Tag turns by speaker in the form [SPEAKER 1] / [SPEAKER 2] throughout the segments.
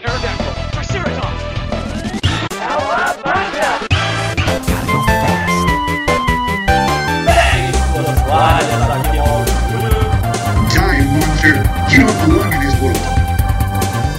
[SPEAKER 1] Pterodactyl. Triceratops.
[SPEAKER 2] Time Monster, you don't belong in this world.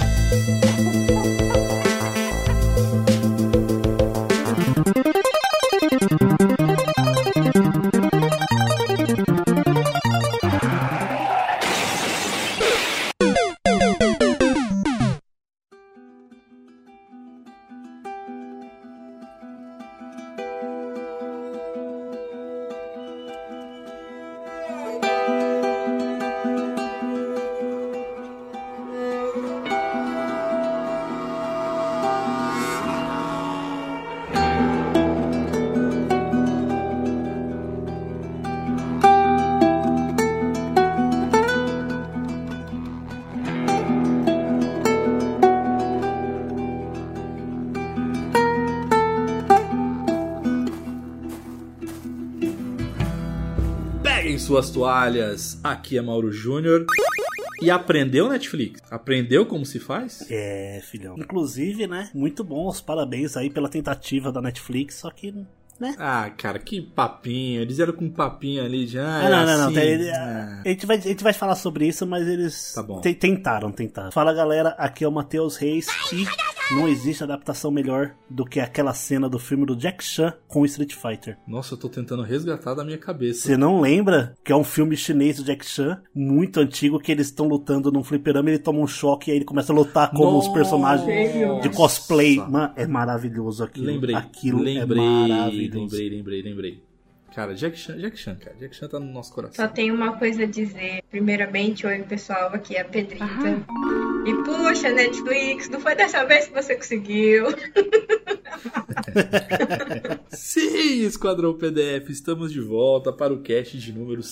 [SPEAKER 3] Peguem suas toalhas, aqui é Mauro Júnior. E aprendeu Netflix? Aprendeu como se faz?
[SPEAKER 4] É, filhão. Inclusive, né? Muito bom, os parabéns aí pela tentativa da Netflix, só que. Né?
[SPEAKER 3] Ah, cara, que papinho. Eles eram com um papinho ali já.
[SPEAKER 4] Ah, não, não, não.
[SPEAKER 3] assim,
[SPEAKER 4] tem-
[SPEAKER 3] ah.
[SPEAKER 4] A, gente vai, a gente vai falar sobre isso, mas eles
[SPEAKER 3] Tá bom.
[SPEAKER 4] te- tentaram, tentaram. Fala galera, aqui é o Matheus Reis e não existe adaptação melhor do que aquela cena do filme do Jack Chan com Street Fighter.
[SPEAKER 3] Nossa, eu tô tentando resgatar da minha cabeça.
[SPEAKER 4] Você não lembra que é um filme chinês do Jack Chan, muito antigo, que eles estão lutando num fliperama, ele toma um choque e aí ele começa a lutar como os personagens de cosplay.
[SPEAKER 3] Nossa.
[SPEAKER 4] Mano, é maravilhoso aquilo.
[SPEAKER 3] Lembrei.
[SPEAKER 4] Aquilo
[SPEAKER 3] lembrei,
[SPEAKER 4] é maravilhoso.
[SPEAKER 3] Lembrei, lembrei, lembrei. Cara, Jack Chan, Jack Chan, cara. Jack Chan tá no nosso coração.
[SPEAKER 5] Só tenho uma coisa a dizer. Primeiramente, oi pessoal, aqui é a Pedrita. E puxa, Netflix, não foi dessa vez que você conseguiu.
[SPEAKER 3] Sim, Esquadrão PDF, estamos de volta para o cast de número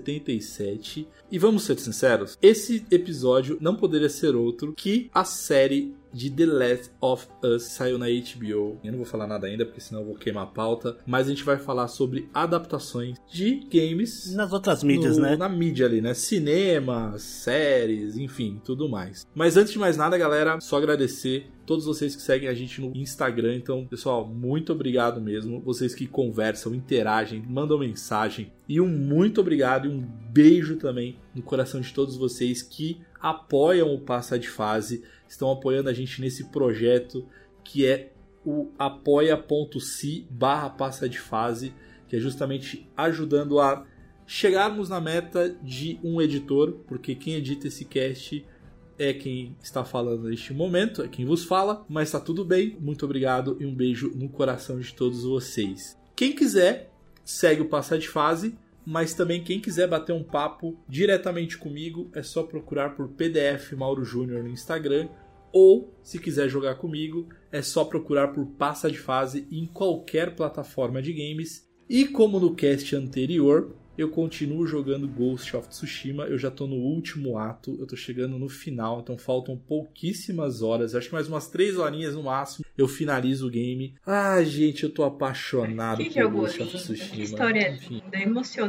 [SPEAKER 3] 177. E vamos ser sinceros, esse episódio não poderia ser outro que a série de The Last of Us saiu na HBO. Eu não vou falar nada ainda, porque senão eu vou queimar a pauta. Mas a gente vai falar sobre adaptações de games
[SPEAKER 4] Nas outras mídias,
[SPEAKER 3] no-
[SPEAKER 4] né?
[SPEAKER 3] Na mídia ali, né? Cinema, séries, enfim, tudo mais. Mas antes de mais nada, galera, só agradecer todos vocês que seguem a gente no Instagram. Então, pessoal, muito obrigado mesmo. Vocês que conversam, interagem, mandam mensagem. E um muito obrigado e um beijo também no coração de todos vocês que apoiam o Passa de Fase, estão apoiando a gente nesse projeto que é o apoia.se barra passa de fase, que é justamente ajudando a chegarmos na meta de um editor, porque quem edita esse cast é quem está falando neste momento, é quem vos fala, mas tá tudo bem. Muito obrigado e um beijo no coração de todos vocês. Quem quiser, segue o Passar de Fase, mas também quem quiser bater um papo diretamente comigo, é só procurar por PDF Mauro Júnior no Instagram, ou se quiser jogar comigo, é só procurar por Passa de Fase em qualquer plataforma de games. E como no cast anterior, eu continuo jogando Ghost of Tsushima, eu já tô no último ato, eu tô chegando no final, então faltam pouquíssimas horas, acho que mais umas três horinhas no máximo, eu finalizo o game. Ah, gente, eu tô apaixonado
[SPEAKER 5] Que
[SPEAKER 3] por
[SPEAKER 5] jogo
[SPEAKER 3] Ghost
[SPEAKER 5] lindo,
[SPEAKER 3] of Tsushima.
[SPEAKER 5] que história
[SPEAKER 3] Enfim,
[SPEAKER 5] linda,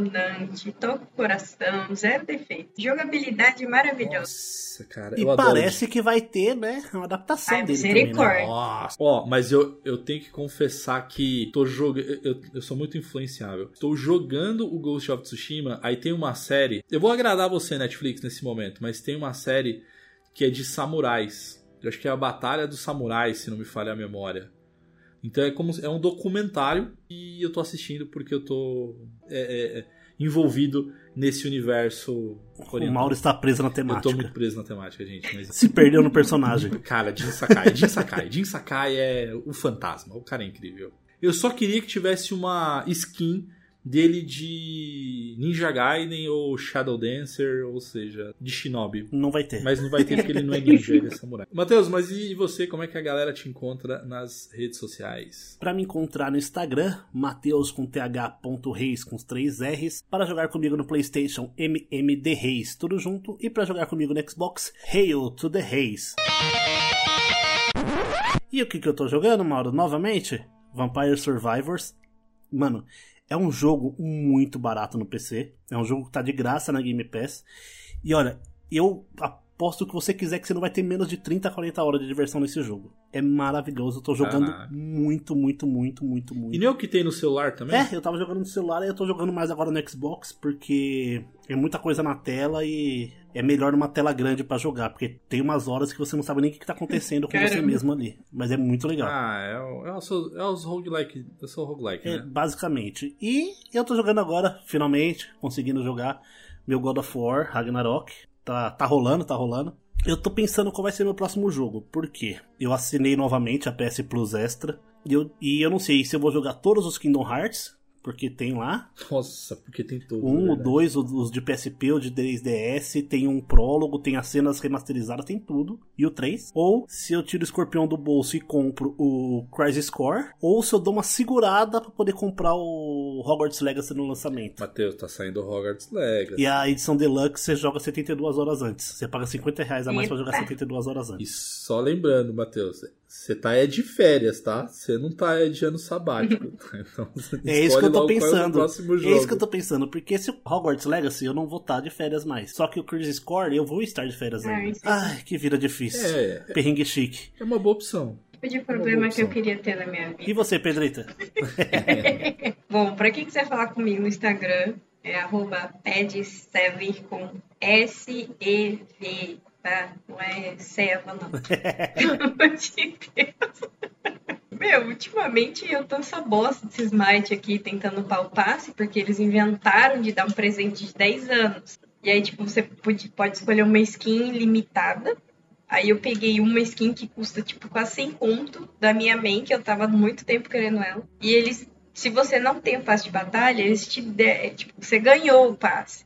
[SPEAKER 5] emocionante, toca o coração, zero defeito. Jogabilidade maravilhosa.
[SPEAKER 3] Nossa, cara,
[SPEAKER 4] E
[SPEAKER 3] eu adoro
[SPEAKER 4] parece que vai ter, né? Uma adaptação
[SPEAKER 5] Ai,
[SPEAKER 4] dele. Também, né?
[SPEAKER 5] misericórdia.
[SPEAKER 3] Nossa. Ó, mas eu, eu tenho que confessar que tô joga... eu- eu, eu sou muito influenciável. Estou jogando o Ghost of Tsushima, aí tem uma série. Eu vou agradar você, Netflix, nesse momento, mas tem uma série que é de samurais. Eu acho que é a Batalha dos Samurais, se não me falha a memória. Então é como se- é um documentário e eu tô assistindo porque eu tô é, é, é, envolvido nesse universo
[SPEAKER 4] O
[SPEAKER 3] oriental.
[SPEAKER 4] Mauro está preso na
[SPEAKER 3] eu tô muito
[SPEAKER 4] temática.
[SPEAKER 3] preso na temática, gente. Mas
[SPEAKER 4] Se perdeu no personagem.
[SPEAKER 3] Cara, Jin Sakai, Jin Sakai. Jin Sakai é o fantasma, o cara é incrível. Eu só queria que tivesse uma skin dele de Ninja Gaiden ou Shadow Dancer, ou seja, de Shinobi.
[SPEAKER 4] Não vai ter.
[SPEAKER 3] Mas não vai ter porque ele não é ninja, ele é samurai. Matheus, mas e você? Como é que a galera te encontra nas redes sociais?
[SPEAKER 4] Pra me encontrar no Instagram, Mateus com th.reis com os três R's, para jogar comigo no PlayStation MMD Reis, tudo junto, e pra jogar comigo no Xbox, Hail to the Reis. E o que que eu tô jogando, Mauro? Novamente, Vampire Survivors. Mano, é um jogo muito barato no PC, é um jogo que tá de graça na Game Pass. E olha, Eu aposto que você quiser que você não vai ter menos de 30 a 40 horas de diversão nesse jogo. É maravilhoso, eu tô jogando
[SPEAKER 3] Caraca.
[SPEAKER 4] muito, muito, muito, muito, muito.
[SPEAKER 3] E nem o que tem no celular também?
[SPEAKER 4] É, eu tava jogando no celular e eu tô jogando mais agora no Xbox, porque é muita coisa na tela e é melhor numa tela grande pra jogar, porque tem umas horas que você não sabe nem o que, que tá acontecendo com você
[SPEAKER 5] Caramba.
[SPEAKER 4] mesmo ali. Mas é muito legal.
[SPEAKER 3] Ah, é, o- é, os, é os roguelike. Eu sou roguelike,
[SPEAKER 4] É,
[SPEAKER 3] né?
[SPEAKER 4] basicamente. E eu tô jogando agora, finalmente, conseguindo jogar meu God of War, Ragnarok. Tá, tá rolando, tá rolando. Eu tô pensando qual vai ser meu próximo jogo, porque eu assinei novamente a PS Plus Extra. E eu, e eu não sei se eu vou jogar todos os Kingdom Hearts, porque tem lá.
[SPEAKER 3] Nossa, porque tem tudo.
[SPEAKER 4] Um, O 1, o
[SPEAKER 3] né?
[SPEAKER 4] 2, os de PSP, o de 3DS, tem um prólogo, tem as cenas remasterizadas, tem tudo. E o 3. Ou se eu tiro o escorpião do bolso e compro o Crisis Core. Ou se eu dou uma segurada pra poder comprar o Hogwarts Legacy no lançamento.
[SPEAKER 3] Matheus, tá saindo o Hogwarts Legacy.
[SPEAKER 4] E a edição Deluxe você joga 72 horas antes. Você paga 50 reais a mais pra jogar
[SPEAKER 5] Eita.
[SPEAKER 4] 72 horas antes.
[SPEAKER 3] E só lembrando, Matheus, você tá é de férias, tá? Você não tá é de ano sabático. Então, você
[SPEAKER 4] É isso que eu
[SPEAKER 3] escolhe
[SPEAKER 4] tô
[SPEAKER 3] logo qual é o
[SPEAKER 4] pensando.
[SPEAKER 3] próximo
[SPEAKER 4] É
[SPEAKER 3] jogo.
[SPEAKER 4] isso que eu tô pensando, porque esse Hogwarts Legacy eu não vou estar de férias mais. Só que o Crisis Core eu vou estar de férias
[SPEAKER 5] Ah,
[SPEAKER 4] ainda.
[SPEAKER 5] isso é-
[SPEAKER 4] Ai, que vida difícil.
[SPEAKER 3] É,
[SPEAKER 4] Perrengue chique.
[SPEAKER 3] é uma boa opção.
[SPEAKER 5] tipo de
[SPEAKER 3] boa
[SPEAKER 5] problema que
[SPEAKER 3] opção.
[SPEAKER 5] eu queria ter na minha vida.
[SPEAKER 4] E você, Pedrita?
[SPEAKER 5] Bom, pra quem quiser falar comigo no Instagram, é arroba ped7 com S-E-V, tá? Não é Seva, não. Pelo amor de Deus. Meu, ultimamente eu tô essa bosta desse Smite aqui tentando palpasse, porque eles inventaram de dar um presente de 10 anos. E aí, tipo, você pode, pode escolher uma skin limitada. Aí eu peguei uma skin que custa, tipo, quase 100 conto da minha main, que eu tava há muito tempo querendo ela. E eles se você não tem o passe de batalha, eles te der, tipo, você ganhou o passe.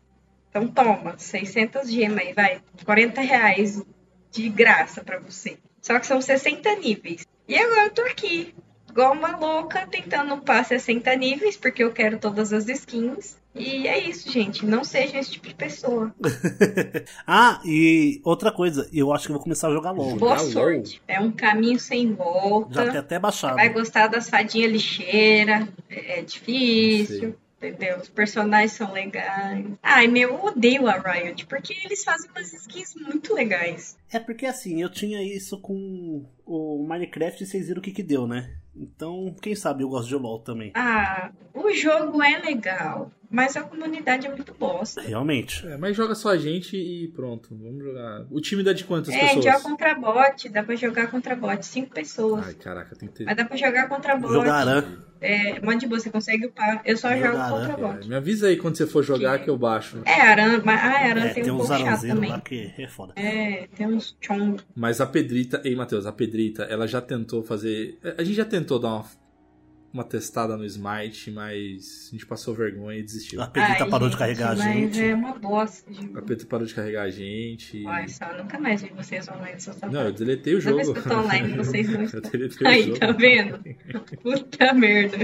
[SPEAKER 5] Então toma, 600 gemas aí, vai, 40 reais de graça pra você. Só que são 60 níveis. E agora eu tô aqui, igual uma louca, tentando upar 60 níveis, porque eu quero todas as skins. E é isso, gente, não seja esse tipo de pessoa.
[SPEAKER 4] ah, e outra coisa, eu acho que eu vou começar a jogar LOL.
[SPEAKER 3] Jogar
[SPEAKER 5] Boa
[SPEAKER 3] LOL?
[SPEAKER 5] sorte. É um caminho sem
[SPEAKER 4] Já tem
[SPEAKER 5] volta.
[SPEAKER 4] até baixado.
[SPEAKER 5] Vai gostar das fadinhas lixeiras, é é difícil.
[SPEAKER 3] Sim.
[SPEAKER 5] Entendeu? Os personagens são legais. Ai, meu, eu odeio a Riot, porque eles fazem umas skins muito legais.
[SPEAKER 4] É porque assim, eu tinha isso com o Minecraft e vocês viram o que que deu, né? Então, quem sabe eu gosto de LOL também.
[SPEAKER 5] Ah, o jogo é legal, mas a comunidade é muito bosta.
[SPEAKER 4] Realmente.
[SPEAKER 3] É, mas joga só a gente e pronto. Vamos jogar. O time dá de quantas
[SPEAKER 5] É,
[SPEAKER 3] pessoas?
[SPEAKER 5] joga contra bot, dá pra jogar contra bot, cinco pessoas.
[SPEAKER 3] Ai, caraca, tem que ter.
[SPEAKER 5] Mas dá pra jogar contra bot.
[SPEAKER 4] Jogar Aran.
[SPEAKER 5] É, um monte de boa, você consegue upar. Eu só
[SPEAKER 4] Jogar
[SPEAKER 5] jogo
[SPEAKER 4] Aran,
[SPEAKER 5] contra
[SPEAKER 3] É,
[SPEAKER 5] bot.
[SPEAKER 3] me avisa aí quando você for jogar que eu baixo.
[SPEAKER 5] É, Aran, mas ah, Aran
[SPEAKER 4] É,
[SPEAKER 5] tem,
[SPEAKER 4] tem
[SPEAKER 5] um
[SPEAKER 4] uns
[SPEAKER 5] pouco chato
[SPEAKER 4] aranzeiros
[SPEAKER 5] também.
[SPEAKER 4] lá que é foda.
[SPEAKER 5] É, tem uns chong.
[SPEAKER 3] Mas a Pedrita, ei, Matheus, a Pedrita, ela já tentou fazer. A gente já tentou dar uma, uma testada no Smite, mas a gente passou vergonha e desistiu.
[SPEAKER 4] A Pedrita
[SPEAKER 5] Ai,
[SPEAKER 4] tá parou de
[SPEAKER 5] gente,
[SPEAKER 4] carregar a
[SPEAKER 5] mas
[SPEAKER 4] gente.
[SPEAKER 5] é uma bosta. gente.
[SPEAKER 3] A Pedrita parou de carregar a gente.
[SPEAKER 5] Ai, só, nunca mais vi vocês online, sou só
[SPEAKER 3] Não, eu deletei o
[SPEAKER 5] Toda
[SPEAKER 3] jogo.
[SPEAKER 5] vez que eu tô tá online, vocês não
[SPEAKER 3] Eu
[SPEAKER 5] estão.
[SPEAKER 3] deletei o
[SPEAKER 5] Aí,
[SPEAKER 3] jogo.
[SPEAKER 5] tá vendo? Puta merda.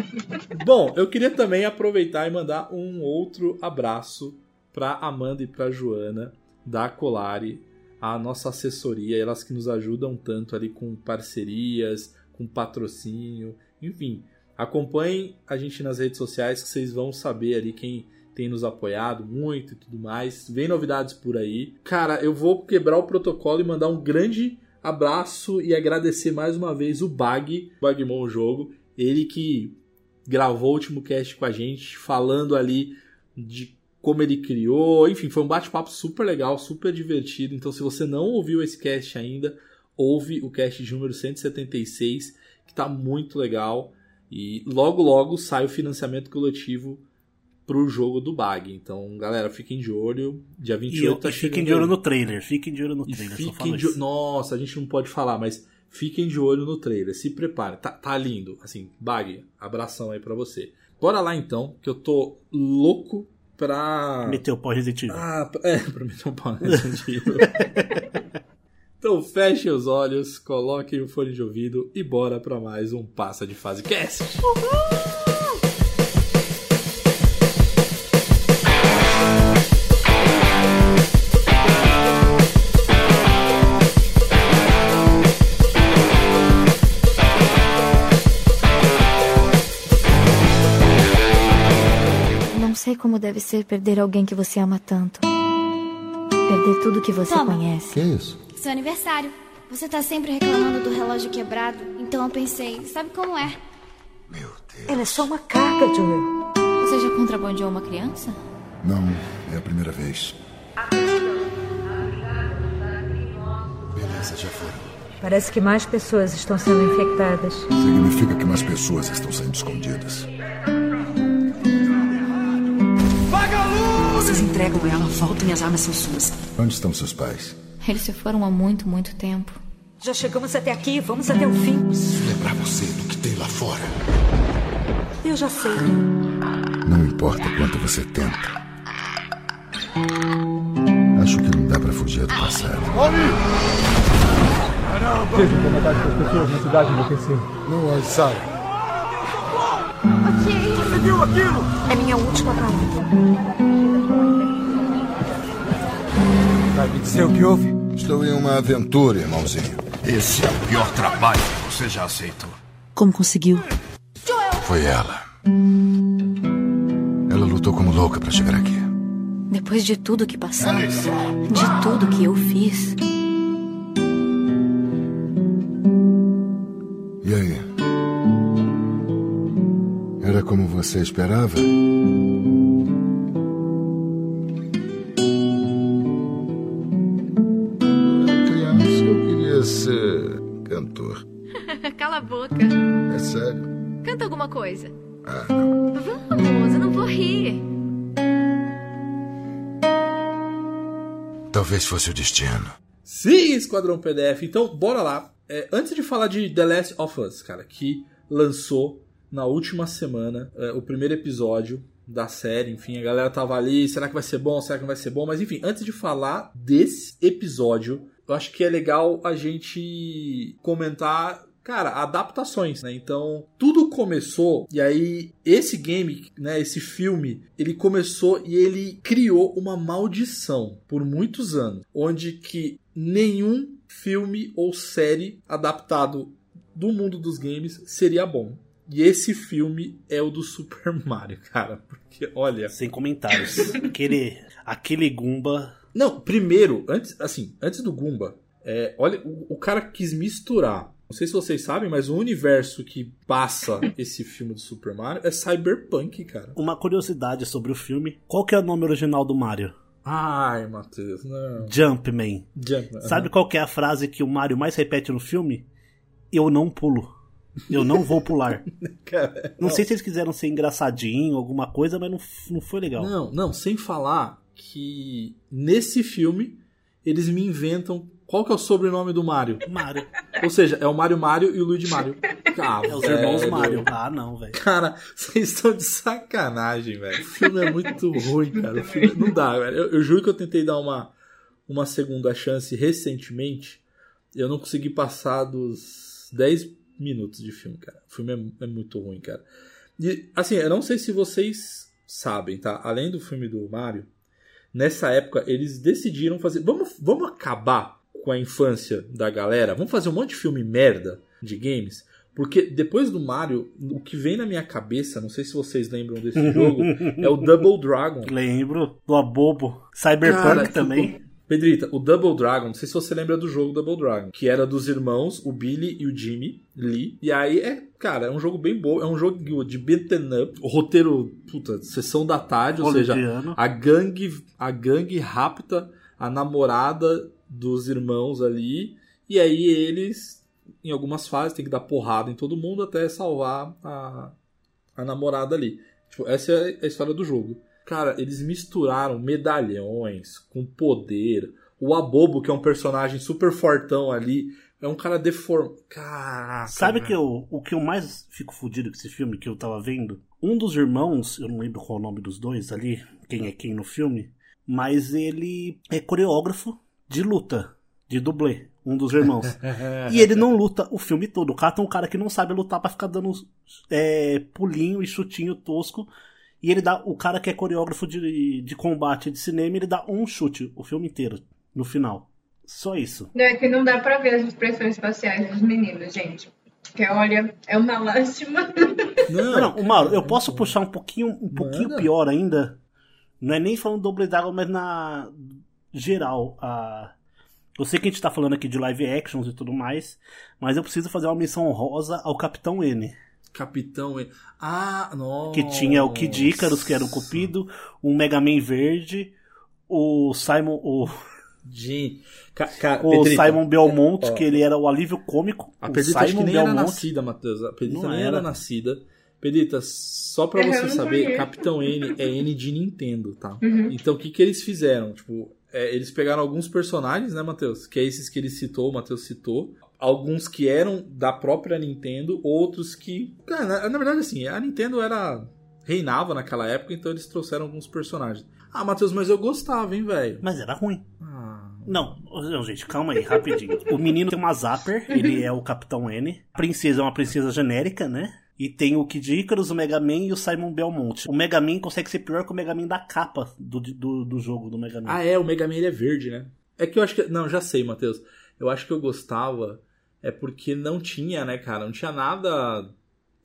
[SPEAKER 3] Bom, eu queria também aproveitar e mandar um outro abraço para Amanda e para Joana da Colari, a nossa assessoria, elas que nos ajudam tanto ali com parcerias, com patrocínio, enfim. Acompanhem a gente nas redes sociais que vocês vão saber ali quem tem nos apoiado muito e tudo mais. Vem novidades por aí. Cara, eu vou quebrar o protocolo e mandar um grande abraço e agradecer mais uma vez o Bag, Bagmon Jogo, ele que gravou o último cast com a gente, falando ali de como ele criou, enfim, foi um bate-papo super legal, super divertido. Então, se você não ouviu esse cast ainda, ouve o cast de número 176, que tá muito legal. E logo, logo sai o financiamento coletivo pro jogo do Bag. Então, galera, fiquem de olho. Dia
[SPEAKER 4] E,
[SPEAKER 3] 28
[SPEAKER 4] eu,
[SPEAKER 3] tá
[SPEAKER 4] e fiquem
[SPEAKER 3] chegando
[SPEAKER 4] de olho
[SPEAKER 3] aí.
[SPEAKER 4] no trailer, fiquem de olho no
[SPEAKER 3] E
[SPEAKER 4] trailer, só
[SPEAKER 3] fiquem
[SPEAKER 4] falo
[SPEAKER 3] de...
[SPEAKER 4] isso.
[SPEAKER 3] Nossa, a gente não pode falar, mas fiquem de olho no trailer. Se prepare. Tá, tá lindo. Assim, Bag, abração aí pra você. Bora lá então, que eu tô louco pra.
[SPEAKER 4] Meteu o pó Resident Evil.
[SPEAKER 3] Ah, pra- é, pra meter um pau na Resident Evil. Então fechem os olhos, coloquem o fone de ouvido e bora pra mais um Passa de Fase Cast.
[SPEAKER 6] Não sei como deve ser perder alguém que você ama tanto. Perder tudo que você
[SPEAKER 7] Toma.
[SPEAKER 6] conhece.
[SPEAKER 8] Que isso?
[SPEAKER 7] Seu aniversário. Você tá sempre reclamando do relógio quebrado, então eu pensei, sabe como é?
[SPEAKER 8] Meu Deus.
[SPEAKER 6] Ela é só uma carga, Joel.
[SPEAKER 7] Você já contrabandeou uma criança?
[SPEAKER 8] Não, é a primeira vez. Beleza, já foram.
[SPEAKER 6] Parece que mais pessoas estão sendo infectadas.
[SPEAKER 8] Significa que mais pessoas estão sendo escondidas.
[SPEAKER 9] Vocês entregam ela, voltem e as armas são suas.
[SPEAKER 8] Onde estão seus pais?
[SPEAKER 7] Eles se foram há muito, muito tempo.
[SPEAKER 6] Já chegamos até aqui, vamos até o fim.
[SPEAKER 8] Lembrar você do que tem lá fora.
[SPEAKER 6] Eu já sei.
[SPEAKER 8] Não importa quanto você tenta. Acho que não dá pra fugir do passado. Não, olhe, Sara.
[SPEAKER 6] É minha última palavra.
[SPEAKER 8] Estou em uma aventura, irmãozinho. Esse é o pior trabalho que você já aceitou.
[SPEAKER 9] Como conseguiu?
[SPEAKER 8] Foi ela. Ela lutou como louca pra chegar aqui.
[SPEAKER 6] Depois de tudo que passamos, de tudo que eu fiz,
[SPEAKER 8] E aí? Era como você esperava? Criança, eu queria ser cantor.
[SPEAKER 7] Cala a boca.
[SPEAKER 8] É sério?
[SPEAKER 7] Canta alguma coisa.
[SPEAKER 8] Ah, não.
[SPEAKER 7] Vamos, eu não vou rir.
[SPEAKER 8] Talvez fosse o destino.
[SPEAKER 3] Sim, Esquadrão PDF. Então, bora lá. É, antes de falar de The Last of Us, cara, que lançou na última semana é, o primeiro episódio da série, enfim, a galera tava ali, será que vai ser bom, será que não vai ser bom, mas enfim, antes de falar desse episódio, eu acho que é legal a gente comentar, cara, adaptações, né? Então, tudo começou e aí esse game, né, esse filme, ele começou e ele criou uma maldição por muitos anos, onde que nenhum filme ou série adaptado do mundo dos games seria bom. E esse filme é o do Super Mario, cara, porque olha,
[SPEAKER 4] Sem comentários. aquele, aquele Goomba.
[SPEAKER 3] não, primeiro, antes, assim, antes do Goomba, é, olha, o, o cara quis misturar. Não sei se vocês sabem, mas o universo que passa esse filme do Super Mario é cyberpunk, cara.
[SPEAKER 4] Uma curiosidade sobre o filme. Qual que é o nome original do Mario?
[SPEAKER 3] Ai, Matheus, não.
[SPEAKER 4] Jumpman.
[SPEAKER 3] Jump-
[SPEAKER 4] Sabe qual que é a frase que o Mario mais repete no filme? Eu não pulo. Eu não vou pular.
[SPEAKER 3] Cara,
[SPEAKER 4] Não sei se eles quiseram ser engraçadinho, alguma coisa, mas não, não foi legal.
[SPEAKER 3] Não, não, sem falar que nesse filme eles me inventam qual que é o sobrenome do Mario.
[SPEAKER 4] Mario.
[SPEAKER 3] Ou seja, é o Mario Mario e o Luigi Mario. Ah,
[SPEAKER 4] É os irmãos
[SPEAKER 3] velho.
[SPEAKER 4] Mario. Ah, não, velho.
[SPEAKER 3] Cara, vocês estão de sacanagem, velho. O filme é muito ruim, cara. O filme não dá, velho. Eu, eu juro que eu tentei dar uma, uma segunda chance recentemente. Eu não consegui passar dos 10 minutos de filme, cara. O filme é, é muito ruim, cara. E, assim, eu não sei se vocês sabem, tá? Além do filme do Mario, nessa época eles decidiram fazer. Vamos, vamos acabar com a infância da galera? Vamos fazer um monte de filme merda de games? Porque depois do Mario, o que vem na minha cabeça, não sei se vocês lembram desse jogo, é o Double Dragon.
[SPEAKER 4] Lembro do Abobo. Cyberpunk
[SPEAKER 3] Cara,
[SPEAKER 4] também.
[SPEAKER 3] tipo, Pedrita, o Double Dragon, não sei se você lembra do jogo Double Dragon, que era dos irmãos, o Billy e o Jimmy Lee. E aí é, cara, é um jogo bem bom, é um jogo de beaten up, roteiro, puta, sessão da tarde, ou seja,
[SPEAKER 4] Hollywoodiano.
[SPEAKER 3] a gangue, a gangue rapta a namorada dos irmãos ali, e aí eles, em algumas fases, tem que dar porrada em todo mundo até salvar a, a namorada ali. Tipo, essa é a história do jogo. Cara, eles misturaram medalhões com poder. O Abobo, que é um personagem super fortão ali, é um cara deformado. Caraca.
[SPEAKER 4] Sabe
[SPEAKER 3] velho.
[SPEAKER 4] que eu, o que eu mais fico fudido com esse filme que eu tava vendo? Um dos irmãos, eu não lembro qual o nome dos dois ali, quem é quem no filme, mas ele é coreógrafo de luta, de dublê, um dos irmãos. e ele não luta o filme todo. O cara é um cara que não sabe lutar pra ficar dando é, pulinho e chutinho tosco. E ele dá. O cara que é coreógrafo de, de combate de cinema, ele dá um chute o filme inteiro, no final. Só isso.
[SPEAKER 5] Não, é que não dá pra ver as expressões faciais dos meninos, gente. Porque, olha, é uma lástima.
[SPEAKER 4] Não, não, o Mauro, eu posso puxar um pouquinho, um pouquinho
[SPEAKER 3] Manda.
[SPEAKER 4] pior ainda. Não é nem falando do Double Dragon, mas na geral a. Eu sei que a gente tá falando aqui de live actions e tudo mais, mas eu preciso fazer uma menção honrosa ao Capitão N.
[SPEAKER 3] Capitão. e- Ah, nossa.
[SPEAKER 4] Que tinha o Kid Icarus, que era o Cupido, um Mega Man verde, o Simon. O,
[SPEAKER 3] Gente. Ca, ca,
[SPEAKER 4] o
[SPEAKER 3] Petrita,
[SPEAKER 4] Simon Belmont,
[SPEAKER 3] Ó.
[SPEAKER 4] que ele era o alívio cômico.
[SPEAKER 3] A
[SPEAKER 4] o
[SPEAKER 3] Pedrita acho que
[SPEAKER 4] Simon
[SPEAKER 3] nem era nascida, Matheus. A Pedrita
[SPEAKER 4] Não
[SPEAKER 3] nem era.
[SPEAKER 4] era.
[SPEAKER 3] nascida. Pedrita, só pra
[SPEAKER 5] Eu
[SPEAKER 3] você
[SPEAKER 5] não
[SPEAKER 3] saber,
[SPEAKER 5] conheço.
[SPEAKER 3] Capitão N é N de Nintendo, tá?
[SPEAKER 5] Uhum.
[SPEAKER 3] Então o que que eles fizeram? Tipo, é, eles pegaram alguns personagens, né, Matheus? Que é esses que ele citou, o Matheus citou. Alguns que eram da própria Nintendo, outros que. Cara, na, na verdade, assim, a Nintendo era. reinava naquela época, então eles trouxeram alguns personagens. Ah, Matheus, mas eu gostava, hein, velho?
[SPEAKER 4] Mas era ruim.
[SPEAKER 3] Ah,
[SPEAKER 4] Não, não, gente, calma aí, rapidinho. O menino tem uma zapper, ele é o Capitão N. A princesa é uma princesa genérica, né? E tem o Kid Icarus, o Mega Man e o Simon Belmont. O Mega Man consegue ser pior que o Mega Man da capa do, do, do jogo do Mega Man.
[SPEAKER 3] Ah, é, o Mega Man ele é verde, né? É que eu acho que. Não, já sei, Matheus. Eu acho que eu gostava. É porque não tinha, né, cara? Não tinha nada.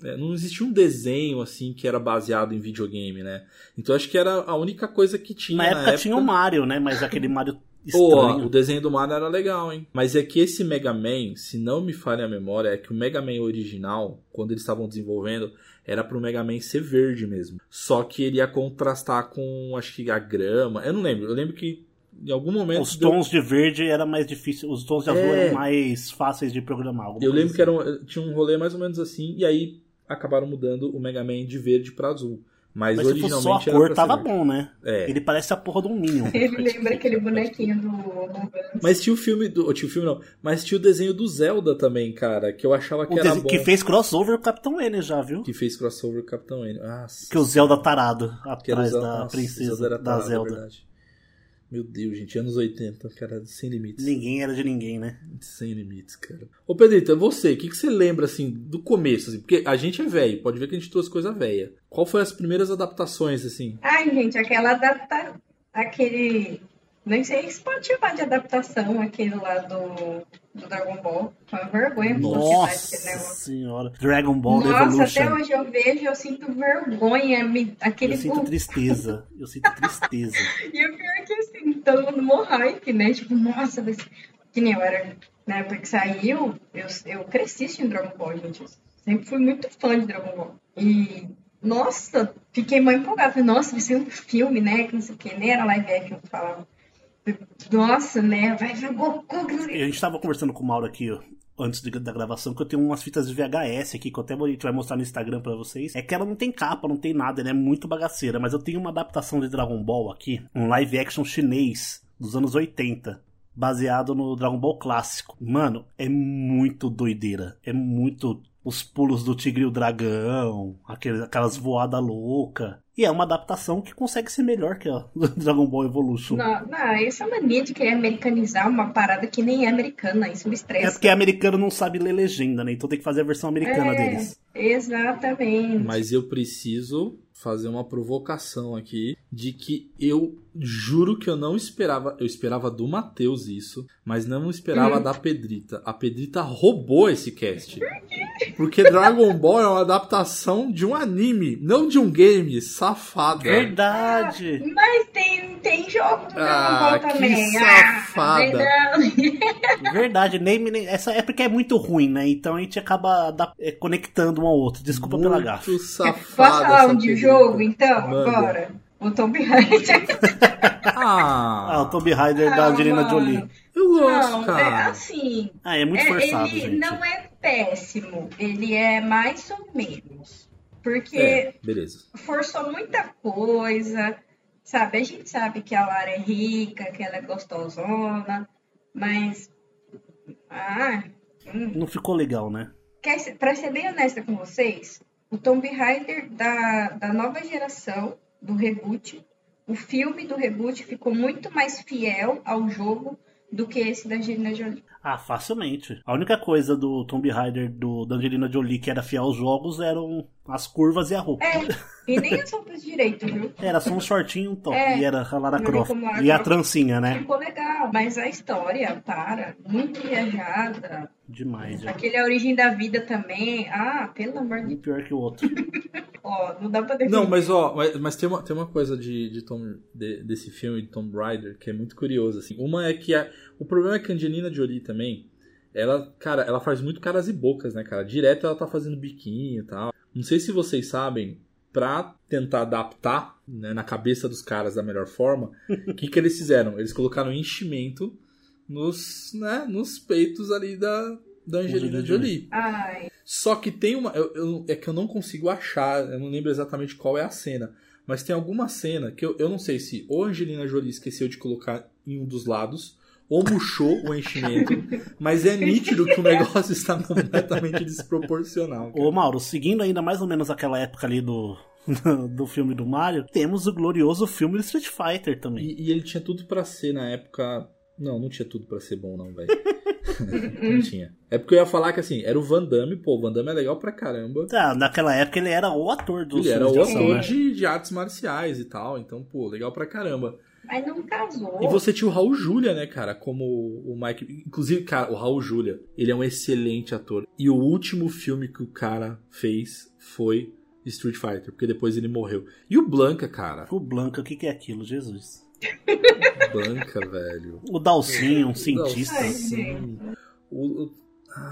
[SPEAKER 3] é, Não existia um desenho assim que era baseado em videogame, né? Então acho que era a única coisa que tinha.
[SPEAKER 4] na,
[SPEAKER 3] é, Na,
[SPEAKER 4] época, tinha o Mario, né? Mas aquele Mario
[SPEAKER 3] Pô,
[SPEAKER 4] estranho.
[SPEAKER 3] o desenho do Mario era legal, hein? Mas é que esse Mega Man, se não me falha a memória, é que o Mega Man original, quando eles estavam desenvolvendo, era pro Mega Man ser verde mesmo. Só que ele ia contrastar com, acho que a grama. Eu não lembro. Eu lembro que em algum momento.
[SPEAKER 4] Os
[SPEAKER 3] deu-
[SPEAKER 4] tons de verde era mais difícil, os tons de azul
[SPEAKER 3] É.
[SPEAKER 4] eram mais fáceis de programar. alguma
[SPEAKER 3] Eu
[SPEAKER 4] coisa
[SPEAKER 3] lembro que era um- tinha um rolê mais ou menos assim, e aí acabaram mudando o Mega Man de verde pra azul. Mas,
[SPEAKER 4] assim. Mas, se fosse
[SPEAKER 3] originalmente
[SPEAKER 4] só a
[SPEAKER 3] era
[SPEAKER 4] cor,
[SPEAKER 3] pra
[SPEAKER 4] tava
[SPEAKER 3] ser verde.
[SPEAKER 4] bom, né?
[SPEAKER 3] É.
[SPEAKER 4] Ele parece a porra de um Minion.
[SPEAKER 5] Ele lembra aquele bonequinho do Among Us.
[SPEAKER 3] Mas tinha o filme do. ou Tinha o filme não. Mas tinha o desenho do Zelda também, cara, que eu achava que
[SPEAKER 4] O
[SPEAKER 3] era
[SPEAKER 4] desenho
[SPEAKER 3] bom.
[SPEAKER 4] que fez crossover com o Capitão N já, viu?
[SPEAKER 3] que fez crossover com o Capitão N. Ah,
[SPEAKER 4] Que o Zelda tarado
[SPEAKER 3] que era o
[SPEAKER 4] atrás
[SPEAKER 3] Zelda-
[SPEAKER 4] da
[SPEAKER 3] Nossa,
[SPEAKER 4] princesa
[SPEAKER 3] Zelda era
[SPEAKER 4] da
[SPEAKER 3] tarado, é
[SPEAKER 4] Zelda.
[SPEAKER 3] verdade. Meu Deus, gente, anos 80, cara, sem limites.
[SPEAKER 4] Ninguém era de ninguém, né?
[SPEAKER 3] Sem limites, cara. Ô, Pedrita, você, o que, que você lembra, assim, do começo? assim? Porque a gente é velho, pode ver que a gente trouxe coisa velha. Qual foi as primeiras adaptações, assim?
[SPEAKER 5] Ai, gente, aquela adapta... Aquele... Nem sei se pode chamar de adaptação aquele lá do, do Dragon Ball. Foi uma vergonha pra sociedade
[SPEAKER 4] Nossa
[SPEAKER 5] esse negócio.
[SPEAKER 4] senhora. Dragon Ball
[SPEAKER 5] Nossa,
[SPEAKER 4] Evolution.
[SPEAKER 5] até hoje eu vejo, eu sinto vergonha. me- Aquele
[SPEAKER 4] Eu sinto
[SPEAKER 5] Goku
[SPEAKER 4] tristeza. Eu sinto tristeza.
[SPEAKER 5] E o pior é que assim, todo mundo mó hype, né? Tipo, nossa, vai ser... que nem eu era. Na época que saiu, eu, eu cresci assistindo Dragon Ball, gente. Eu sempre fui muito fã de Dragon Ball. E, nossa, fiquei mãe empolgada. Falei, nossa, vai ser um filme, né? Que não sei o que, nem era live action que falava. Nossa, né? Vai ver o Goku. que não sei o quê.
[SPEAKER 4] A gente tava conversando com o Mauro aqui, ó, antes de- da gravação, que eu tenho umas fitas de VHS aqui, que eu até vou- a gente vai mostrar no Instagram pra vocês. É que ela não tem capa, não tem nada, ela é muito bagaceira, mas eu tenho uma adaptação de Dragon Ball aqui, um live action chinês dos anos 80. Baseado no Dragon Ball clássico. Mano, é muito doideira. É muito. Os pulos do tigre e o dragão. aquele- aquelas voadas louca. E é uma adaptação que consegue ser melhor que a do Dragon Ball Evolution.
[SPEAKER 5] Não, não, essa mania de querer americanizar uma parada que nem é americana, isso me
[SPEAKER 4] É
[SPEAKER 5] estressa.
[SPEAKER 4] porque americano não sabe ler legenda, né? Então tem que fazer a versão americana
[SPEAKER 5] É.
[SPEAKER 4] deles.
[SPEAKER 5] Exatamente.
[SPEAKER 3] Mas eu preciso fazer uma provocação aqui de que eu juro que eu não esperava. Eu esperava do Matheus isso, mas não esperava da Pedrita. A Pedrita roubou esse cast. Porque Dragon Ball é uma adaptação de um anime, não de um game, safada.
[SPEAKER 4] É, Verdade!
[SPEAKER 5] Mas tem, tem jogo do
[SPEAKER 3] Ah,
[SPEAKER 5] Dragon Ball
[SPEAKER 3] que
[SPEAKER 5] também.
[SPEAKER 3] safada.
[SPEAKER 5] Ah, não.
[SPEAKER 4] Verdade, nem, nem- essa é porque é muito ruim, né? Então a gente acaba da- é, conectando um ao outro. Desculpa pela gafa.
[SPEAKER 3] Muito safada.
[SPEAKER 5] Posso falar
[SPEAKER 3] essa
[SPEAKER 5] um de
[SPEAKER 3] Pedrita.
[SPEAKER 5] jogo, então?
[SPEAKER 3] Manda.
[SPEAKER 5] Agora. O Tomb Raider.
[SPEAKER 3] Ah,
[SPEAKER 4] Ah, o Tomb Raider da
[SPEAKER 5] Ah,
[SPEAKER 4] Angelina
[SPEAKER 5] mano.
[SPEAKER 4] Jolie.
[SPEAKER 3] eu gosto,
[SPEAKER 5] Não, é
[SPEAKER 3] cara.
[SPEAKER 5] assim.
[SPEAKER 4] Ah, é muito
[SPEAKER 5] é-
[SPEAKER 4] forçado,
[SPEAKER 5] ele
[SPEAKER 4] gente.
[SPEAKER 5] não é péssimo. Ele é mais ou menos. Porque
[SPEAKER 3] É, beleza.
[SPEAKER 5] forçou muita coisa, sabe? A gente sabe que a Lara é rica, que ela é gostosona, mas. Ah, hum,
[SPEAKER 4] Não ficou legal, né?
[SPEAKER 5] Quer ser- Pra ser bem honesta com vocês, o Tomb Raider da, da nova geração, do reboot, o filme do reboot ficou muito mais fiel ao jogo do que esse da Angelina Jolie.
[SPEAKER 4] Ah, facilmente. A única coisa do Tomb Raider do, da Angelina Jolie que era fiel aos jogos eram as curvas e a roupa.
[SPEAKER 5] É, e nem as roupas direito, viu?
[SPEAKER 4] Era só um shortinho e um top.
[SPEAKER 5] É.
[SPEAKER 4] E era a Lara
[SPEAKER 5] Não
[SPEAKER 4] Croft.
[SPEAKER 5] era como Lara
[SPEAKER 4] E a
[SPEAKER 5] Croft.
[SPEAKER 4] trancinha,
[SPEAKER 3] É.
[SPEAKER 4] né?
[SPEAKER 5] Ficou legal, mas a história, para, muito viajada.
[SPEAKER 4] Demais, gente.
[SPEAKER 5] Aquele A Origem da Vida também, ah, pelo amor de
[SPEAKER 4] Um pior que o outro.
[SPEAKER 5] ó, não dá pra definir.
[SPEAKER 3] Não, mas ó, mas, mas tem, uma, tem uma coisa de, de Tom, de- desse filme de Tomb Raider que é muito curiosa, assim. Uma é que a- o problema é que a Angelina Jolie também, ela, cara, ela faz muito caras e bocas, né, cara? Direto ela tá fazendo biquinho e tal. Não sei se vocês sabem, pra tentar adaptar né, na cabeça dos caras da melhor forma, o que que eles fizeram? Eles colocaram enchimento nos, né, nos peitos ali da, da Angelina
[SPEAKER 4] Angelina
[SPEAKER 3] Jolie.
[SPEAKER 5] Ai,
[SPEAKER 3] Só que tem uma. eu- eu- é que eu não consigo achar, eu não lembro exatamente qual é a cena. Mas tem alguma cena que eu, eu não sei se ou a Angelina Jolie esqueceu de colocar em um dos lados, ou murchou o enchimento, mas é nítido que o negócio está completamente desproporcional. cara.
[SPEAKER 4] Ô Mauro, seguindo ainda mais ou menos aquela época ali do, do filme do Mario, temos o glorioso filme do Street Fighter também.
[SPEAKER 3] E, e ele tinha tudo pra ser na época. Não, não tinha tudo pra ser bom, não, velho. não tinha. É porque eu ia falar que assim, era o Van Damme, pô, o Van Damme é legal pra caramba.
[SPEAKER 4] Ah, naquela época ele era o ator do
[SPEAKER 3] Ele era o ator
[SPEAKER 5] né?
[SPEAKER 3] de, de artes marciais e tal, então, pô, legal pra caramba.
[SPEAKER 5] mas não casou.
[SPEAKER 3] E você tinha o Raul Júlia, né, cara? Como o Mike. Inclusive, cara, o Raul Júlia, ele é um excelente ator. E o último filme que o cara fez foi Street Fighter, porque depois ele morreu. E o Blanca, cara.
[SPEAKER 4] O Blanca, o que, que é aquilo, Jesus?
[SPEAKER 3] Blanca, velho.
[SPEAKER 4] O Dalcinho,
[SPEAKER 3] É,
[SPEAKER 4] um cientista.
[SPEAKER 5] Ai,
[SPEAKER 3] Sim. O, o-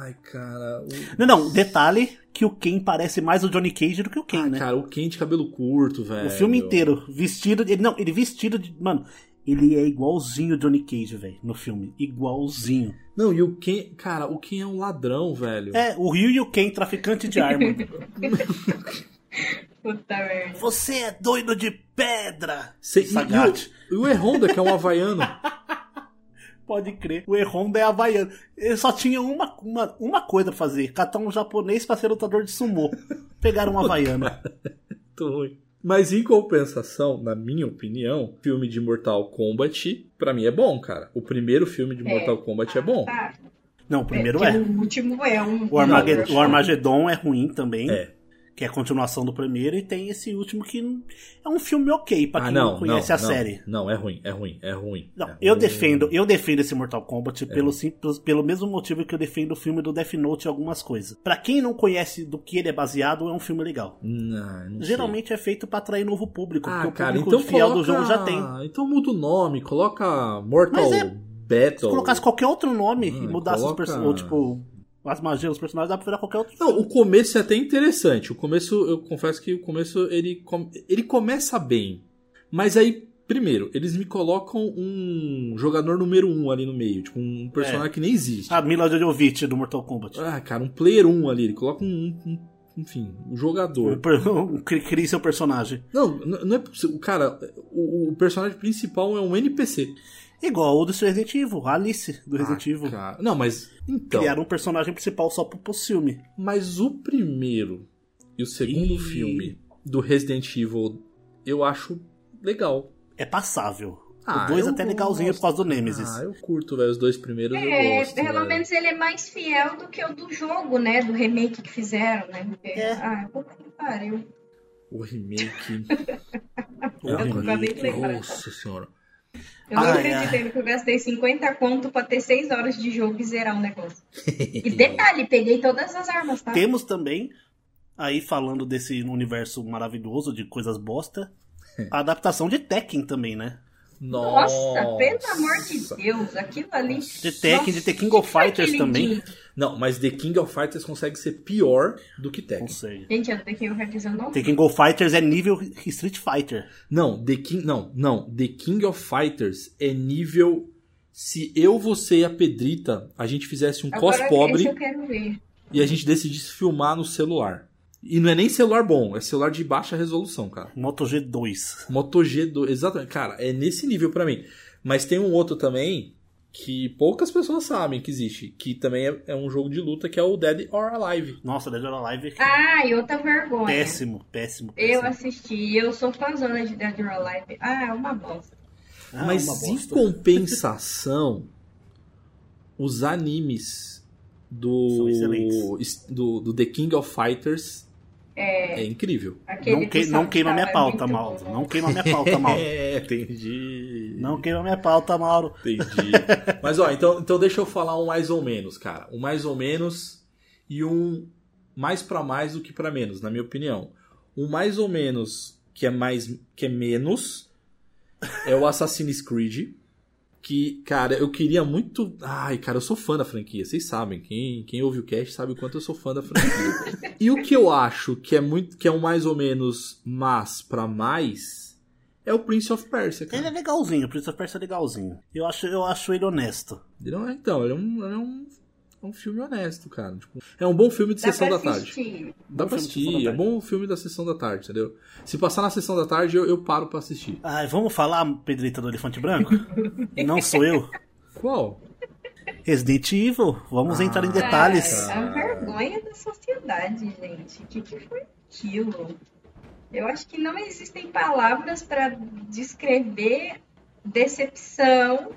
[SPEAKER 3] Ai, cara. o-
[SPEAKER 4] Não, não, detalhe que o Ken parece mais o Johnny Cage do que o Ken, né?
[SPEAKER 3] Ah, Cara, o Ken de cabelo curto, velho.
[SPEAKER 4] o filme inteiro, vestido. Ele, não, ele vestido de. Mano, ele é igualzinho o Johnny Cage, velho, no filme. Igualzinho.
[SPEAKER 3] Não, e o Ken. Cara, o Ken é um ladrão, velho.
[SPEAKER 4] É, o Ryu e o Ken, traficante de arma.
[SPEAKER 5] Puta merda.
[SPEAKER 4] Você é doido de pedra!
[SPEAKER 3] Cê- e-
[SPEAKER 4] Sagat.
[SPEAKER 3] E, o, e o Erronda, que é um havaiano.
[SPEAKER 4] Pode crer. O Erronda é havaiano. Ele só tinha uma, uma, uma coisa pra fazer: catar um japonês pra ser lutador de sumô. Pegaram um havaiano.
[SPEAKER 3] Muito ruim. Mas em compensação, na minha opinião, filme de Mortal Kombat, pra mim é bom, cara. O primeiro filme de
[SPEAKER 5] É.
[SPEAKER 3] Mortal Kombat é bom.
[SPEAKER 5] Tá.
[SPEAKER 4] Não, o primeiro
[SPEAKER 5] porque
[SPEAKER 4] é.
[SPEAKER 5] O último é um.
[SPEAKER 4] O, Armaged- o Armagedon é ruim também.
[SPEAKER 3] É.
[SPEAKER 4] Que é a continuação do primeiro. E tem esse último que é um filme ok pra
[SPEAKER 3] ah,
[SPEAKER 4] quem
[SPEAKER 3] não,
[SPEAKER 4] não conhece
[SPEAKER 3] não,
[SPEAKER 4] a
[SPEAKER 3] não,
[SPEAKER 4] série.
[SPEAKER 3] Não, é ruim, é ruim, é ruim.
[SPEAKER 4] Não,
[SPEAKER 3] É
[SPEAKER 4] eu
[SPEAKER 3] ruim.
[SPEAKER 4] defendo, eu defendo esse Mortal Kombat pelo simples, pelo mesmo motivo que eu defendo o filme do Death Note e algumas coisas. Pra quem não conhece do que ele é baseado, é um filme legal.
[SPEAKER 3] Não, não sei.
[SPEAKER 4] Geralmente é feito pra atrair novo público,
[SPEAKER 3] Ah,
[SPEAKER 4] porque o
[SPEAKER 3] cara,
[SPEAKER 4] público
[SPEAKER 3] então
[SPEAKER 4] fiel
[SPEAKER 3] coloca...
[SPEAKER 4] do jogo já tem.
[SPEAKER 3] Então muda o nome, coloca Mortal
[SPEAKER 4] Mas é- Se
[SPEAKER 3] Battle.
[SPEAKER 4] colocasse qualquer outro nome e
[SPEAKER 3] Ah,
[SPEAKER 4] mudasse os
[SPEAKER 3] coloca-
[SPEAKER 4] personagens, tipo, as magias, os personagens, dá pra virar qualquer outro.
[SPEAKER 3] Não, o começo é até interessante. O começo, eu confesso que o começo ele, com- ele começa bem. Mas aí, primeiro, eles me colocam um jogador número um ali no meio, tipo, um
[SPEAKER 4] É.
[SPEAKER 3] personagem que nem existe.
[SPEAKER 4] A Ah, Mila Jovovich do Mortal Kombat.
[SPEAKER 3] Ah, cara, um player um ali, ele coloca um. um- enfim, um jogador.
[SPEAKER 4] É. Crie seu personagem.
[SPEAKER 3] Não, n- não é possível. Cara, o, o personagem principal é um NPC.
[SPEAKER 4] Igual o do Resident Evil, a Alice do Resident Evil.
[SPEAKER 3] Ah, cara. Não, mas. Então.
[SPEAKER 4] Criaram um personagem principal só pro, pro filme.
[SPEAKER 3] Mas o primeiro e o segundo
[SPEAKER 4] Ih.
[SPEAKER 3] filme do Resident Evil, eu acho legal.
[SPEAKER 4] É passável.
[SPEAKER 3] Ah,
[SPEAKER 4] o 2
[SPEAKER 3] eu
[SPEAKER 4] até é legalzinho
[SPEAKER 3] gosto.
[SPEAKER 4] por causa do Nemesis.
[SPEAKER 3] Ah, eu curto, velho. Os dois primeiros eu
[SPEAKER 5] É,
[SPEAKER 3] gosto.
[SPEAKER 5] pelo
[SPEAKER 4] né?
[SPEAKER 3] velho.
[SPEAKER 5] menos ele é mais fiel do que o do jogo, né? Do remake que fizeram, né? Porque,
[SPEAKER 4] É.
[SPEAKER 5] Ah, puta que pariu.
[SPEAKER 3] O remake.
[SPEAKER 4] Eu
[SPEAKER 3] o
[SPEAKER 5] É, acabei de
[SPEAKER 3] remake.
[SPEAKER 5] lembrar.
[SPEAKER 3] Nossa senhora.
[SPEAKER 5] Eu não
[SPEAKER 4] Ah, é.
[SPEAKER 5] acreditei no que eu gastei 50 conto pra ter 6 horas de jogo e zerar o negócio. E detalhe, peguei todas as armas, tá?
[SPEAKER 4] Temos também, aí falando desse universo maravilhoso de coisas bosta, a adaptação de Tekken também, né?
[SPEAKER 5] Nossa,
[SPEAKER 3] Nossa,
[SPEAKER 5] pelo amor de Deus, aquilo ali.
[SPEAKER 4] De Tekken, de The King of
[SPEAKER 5] Nossa,
[SPEAKER 4] Fighters
[SPEAKER 5] aquele
[SPEAKER 4] também.
[SPEAKER 5] de-
[SPEAKER 3] Não, mas The King of Fighters consegue ser pior do que Tekken.
[SPEAKER 4] Consegue.
[SPEAKER 5] Gente, é eu The King of Fighters eu não.
[SPEAKER 4] The King of Fighters é nível Street Fighter.
[SPEAKER 3] Não, The King. Não, não. The King of Fighters é nível. Se eu, você e a Pedrita, a gente fizesse um
[SPEAKER 5] Agora,
[SPEAKER 3] cos pobre
[SPEAKER 5] esse eu quero ver.
[SPEAKER 3] e a gente decidisse filmar no celular. E não é nem celular bom, é celular de baixa resolução, cara.
[SPEAKER 4] Moto G2.
[SPEAKER 3] Moto G2, exatamente. Cara, é nesse nível pra mim. Mas tem um outro também que poucas pessoas sabem que existe, que também é, é um jogo de luta, que é o Dead or Alive.
[SPEAKER 4] Nossa, Dead or Alive.
[SPEAKER 5] Ah, e outra vergonha.
[SPEAKER 4] é Péssimo, péssimo, péssimo.
[SPEAKER 5] Eu assisti, e eu sou fãzona de Dead or Alive. Ah, é uma bosta.
[SPEAKER 4] Ah,
[SPEAKER 3] Mas
[SPEAKER 4] uma
[SPEAKER 3] em
[SPEAKER 4] bosta.
[SPEAKER 3] compensação, os animes
[SPEAKER 4] São
[SPEAKER 3] do,
[SPEAKER 4] excelentes.
[SPEAKER 3] do, do The King of Fighters é, incrível.
[SPEAKER 5] Aquele
[SPEAKER 4] Não, que-
[SPEAKER 5] do
[SPEAKER 4] não queima minha
[SPEAKER 5] Salvatore é
[SPEAKER 4] pauta,
[SPEAKER 5] muito
[SPEAKER 4] Mauro.
[SPEAKER 5] bom.
[SPEAKER 4] Não queima minha pauta, Mauro.
[SPEAKER 3] É, entendi.
[SPEAKER 4] Não queima minha pauta, Mauro.
[SPEAKER 3] Entendi. Mas ó, então, então deixa eu falar um mais ou menos, cara. Um mais ou menos e um mais pra mais do que pra menos, na minha opinião. O mais ou menos que é mais que é menos é o Assassin's Creed. Que, cara, eu queria muito. Ai, cara, eu sou fã da franquia, vocês sabem. Quem, quem ouve o cast sabe o quanto eu sou fã da franquia. e o que eu acho que é muito. que é um mais ou menos mas pra mais é o Prince of Persia,
[SPEAKER 4] Ele é
[SPEAKER 3] cara.
[SPEAKER 4] legalzinho, o Prince of Persia é legalzinho. Eu acho, eu acho ele honesto.
[SPEAKER 3] Ele não é, então, ele é um. ele é um... é um filme honesto, cara. Tipo, é um bom filme de
[SPEAKER 5] Dá
[SPEAKER 3] sessão
[SPEAKER 5] pra
[SPEAKER 3] da tarde.
[SPEAKER 5] assistir.
[SPEAKER 3] Dá
[SPEAKER 4] Bom
[SPEAKER 3] pra
[SPEAKER 4] filme de sessão
[SPEAKER 3] assistir,
[SPEAKER 4] da
[SPEAKER 3] é
[SPEAKER 4] tarde.
[SPEAKER 3] bom filme da sessão da tarde, entendeu? Se passar na sessão da tarde, eu, eu paro pra assistir.
[SPEAKER 4] Ah, vamos falar, Pedrita do Elefante Branco? Não sou eu.
[SPEAKER 3] Qual?
[SPEAKER 4] Resident Evil, vamos
[SPEAKER 3] Ah,
[SPEAKER 4] entrar em detalhes.
[SPEAKER 5] Ai, a É, um vergonha da sociedade, gente. O que, que foi aquilo? Eu acho que não existem palavras para descrever decepção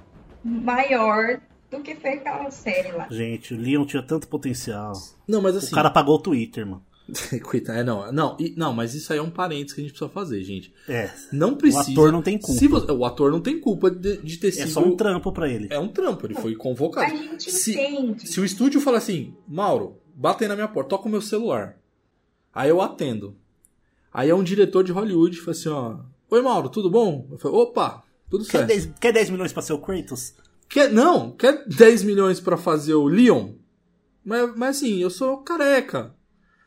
[SPEAKER 5] maior do que foi aquela série lá.
[SPEAKER 4] Gente, o Leon tinha tanto potencial.
[SPEAKER 3] Não, mas
[SPEAKER 4] O
[SPEAKER 3] assim.
[SPEAKER 4] cara apagou o Twitter, mano.
[SPEAKER 3] Coitado, é, não, não, e- não, mas isso aí é um parênteses que a gente precisa fazer, gente.
[SPEAKER 4] É.
[SPEAKER 3] Não precisa.
[SPEAKER 4] ator não tem culpa.
[SPEAKER 3] se você- o ator não tem culpa de, de ter
[SPEAKER 4] É
[SPEAKER 3] sido.
[SPEAKER 4] só um trampo pra ele.
[SPEAKER 3] É um trampo, ele foi
[SPEAKER 5] A
[SPEAKER 3] convocado.
[SPEAKER 5] gente
[SPEAKER 3] Se-
[SPEAKER 5] entende.
[SPEAKER 3] Se o estúdio fala assim, Mauro, bate aí na minha porta, toca o meu celular. Aí eu atendo. Aí é um diretor de Hollywood, fala assim, ó. Oi, Mauro, tudo bom? Eu falo, opa, tudo
[SPEAKER 4] Quer
[SPEAKER 3] certo.
[SPEAKER 4] 10, quer 10 milhões pra ser o Kratos?
[SPEAKER 3] Quer, não, quer 10 milhões pra fazer o Leon? Mas, mas assim, eu sou careca.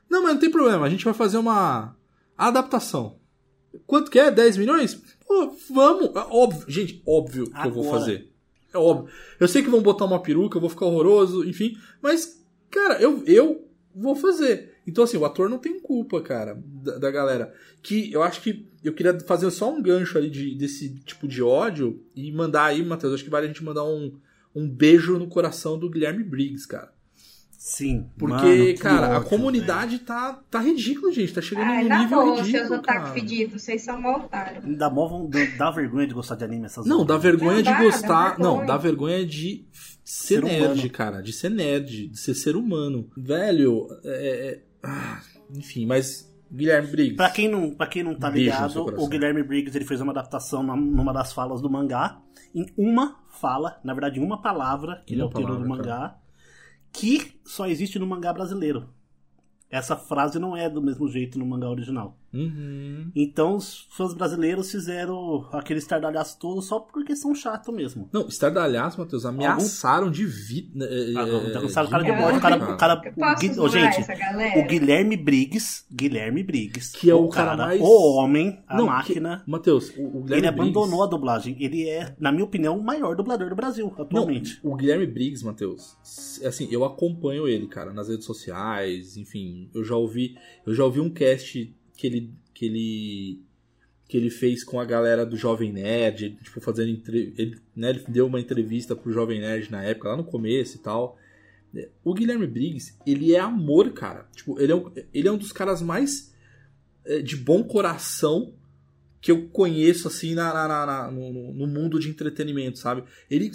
[SPEAKER 3] Não, mas não tem problema, a gente vai fazer uma adaptação. Quanto que é? 10 milhões? Pô, vamos. É óbvio, gente, óbvio que eu vou
[SPEAKER 4] Agora.
[SPEAKER 3] fazer. É óbvio. Eu sei que vão botar uma peruca, eu vou ficar horroroso, enfim. Mas, cara, eu, eu vou fazer. Então, assim, o ator não tem culpa, cara, da, da galera. Que eu acho que eu queria fazer só um gancho ali de, desse tipo de ódio e mandar aí, Matheus, acho que vale a gente mandar um, um beijo no coração do Guilherme Briggs, cara.
[SPEAKER 4] Sim.
[SPEAKER 3] Porque,
[SPEAKER 4] mano, que
[SPEAKER 3] cara, a
[SPEAKER 4] ódio,
[SPEAKER 3] comunidade tá, tá ridícula, gente. Tá
[SPEAKER 4] é
[SPEAKER 3] chegando
[SPEAKER 4] um
[SPEAKER 5] Ai,
[SPEAKER 3] num
[SPEAKER 5] na
[SPEAKER 3] nível
[SPEAKER 5] Ah, é boa,
[SPEAKER 3] ridículo,
[SPEAKER 5] seus otakus
[SPEAKER 3] cara.
[SPEAKER 5] fedidos, vocês são mal otários.
[SPEAKER 4] velho. Dá, mó von- dá- dá vergonha de gostar de anime essas
[SPEAKER 3] Não,
[SPEAKER 4] horas.
[SPEAKER 3] dá vergonha
[SPEAKER 5] Não
[SPEAKER 3] de
[SPEAKER 5] dá, dá
[SPEAKER 3] gostar.
[SPEAKER 5] vergonha.
[SPEAKER 3] Não, dá vergonha de f- ser
[SPEAKER 4] Ser
[SPEAKER 3] nerd,
[SPEAKER 4] humano.
[SPEAKER 3] cara. De ser nerd, de ser ser humano. Velho, é. é- ah, enfim, mas. Guilherme Briggs.
[SPEAKER 4] Pra quem não, pra quem não tá
[SPEAKER 3] Beijo no seu
[SPEAKER 4] ligado,
[SPEAKER 3] coração.
[SPEAKER 4] o Guilherme Briggs ele fez uma adaptação na- numa das falas do mangá, em uma fala, na verdade, em uma palavra que ele
[SPEAKER 3] Uma
[SPEAKER 4] alterou do
[SPEAKER 3] palavra,
[SPEAKER 4] mangá, que só existe no mangá brasileiro. Essa frase não é do mesmo jeito no mangá original.
[SPEAKER 3] Uhum.
[SPEAKER 4] Então os fãs brasileiros fizeram aquele estardalhaço todo só porque são chato mesmo.
[SPEAKER 3] Não, estardalhaço, Matheus, ameaçaram de vida. É,
[SPEAKER 4] Ah,
[SPEAKER 3] é,
[SPEAKER 4] tá começando o cara
[SPEAKER 3] de
[SPEAKER 4] do bode, o
[SPEAKER 3] morte,
[SPEAKER 4] cara, o cara
[SPEAKER 5] Eu
[SPEAKER 4] o
[SPEAKER 5] posso
[SPEAKER 4] Gui-
[SPEAKER 5] zoar
[SPEAKER 4] ô, gente,
[SPEAKER 5] essa galera?
[SPEAKER 4] o Guilherme Briggs, Guilherme Briggs,
[SPEAKER 3] Que é o cara mais-
[SPEAKER 4] o homem, a
[SPEAKER 3] Não, que-
[SPEAKER 4] é máquina,
[SPEAKER 3] Matheus, o, o Guilherme
[SPEAKER 4] Ele abandonou a
[SPEAKER 3] Briggs,
[SPEAKER 4] dublagem. Ele é, na minha opinião, o maior dublador do Brasil atualmente.
[SPEAKER 3] Não, o Guilherme Briggs, Matheus, s- assim, eu acompanho ele, cara, nas redes sociais, enfim, eu já ouvi, eu já ouvi um cast que ele que ele que ele fez com a galera do Jovem Nerd, ele, tipo fazendo entre- ele, né, ele deu uma entrevista pro Jovem Nerd na época, lá no começo e tal. O Guilherme Briggs, ele é amor, cara. Tipo, ele é um, ele é um dos caras mais eh, de bom coração que eu conheço, assim, na, na- na- na- no- no- no mundo de entretenimento, sabe? ele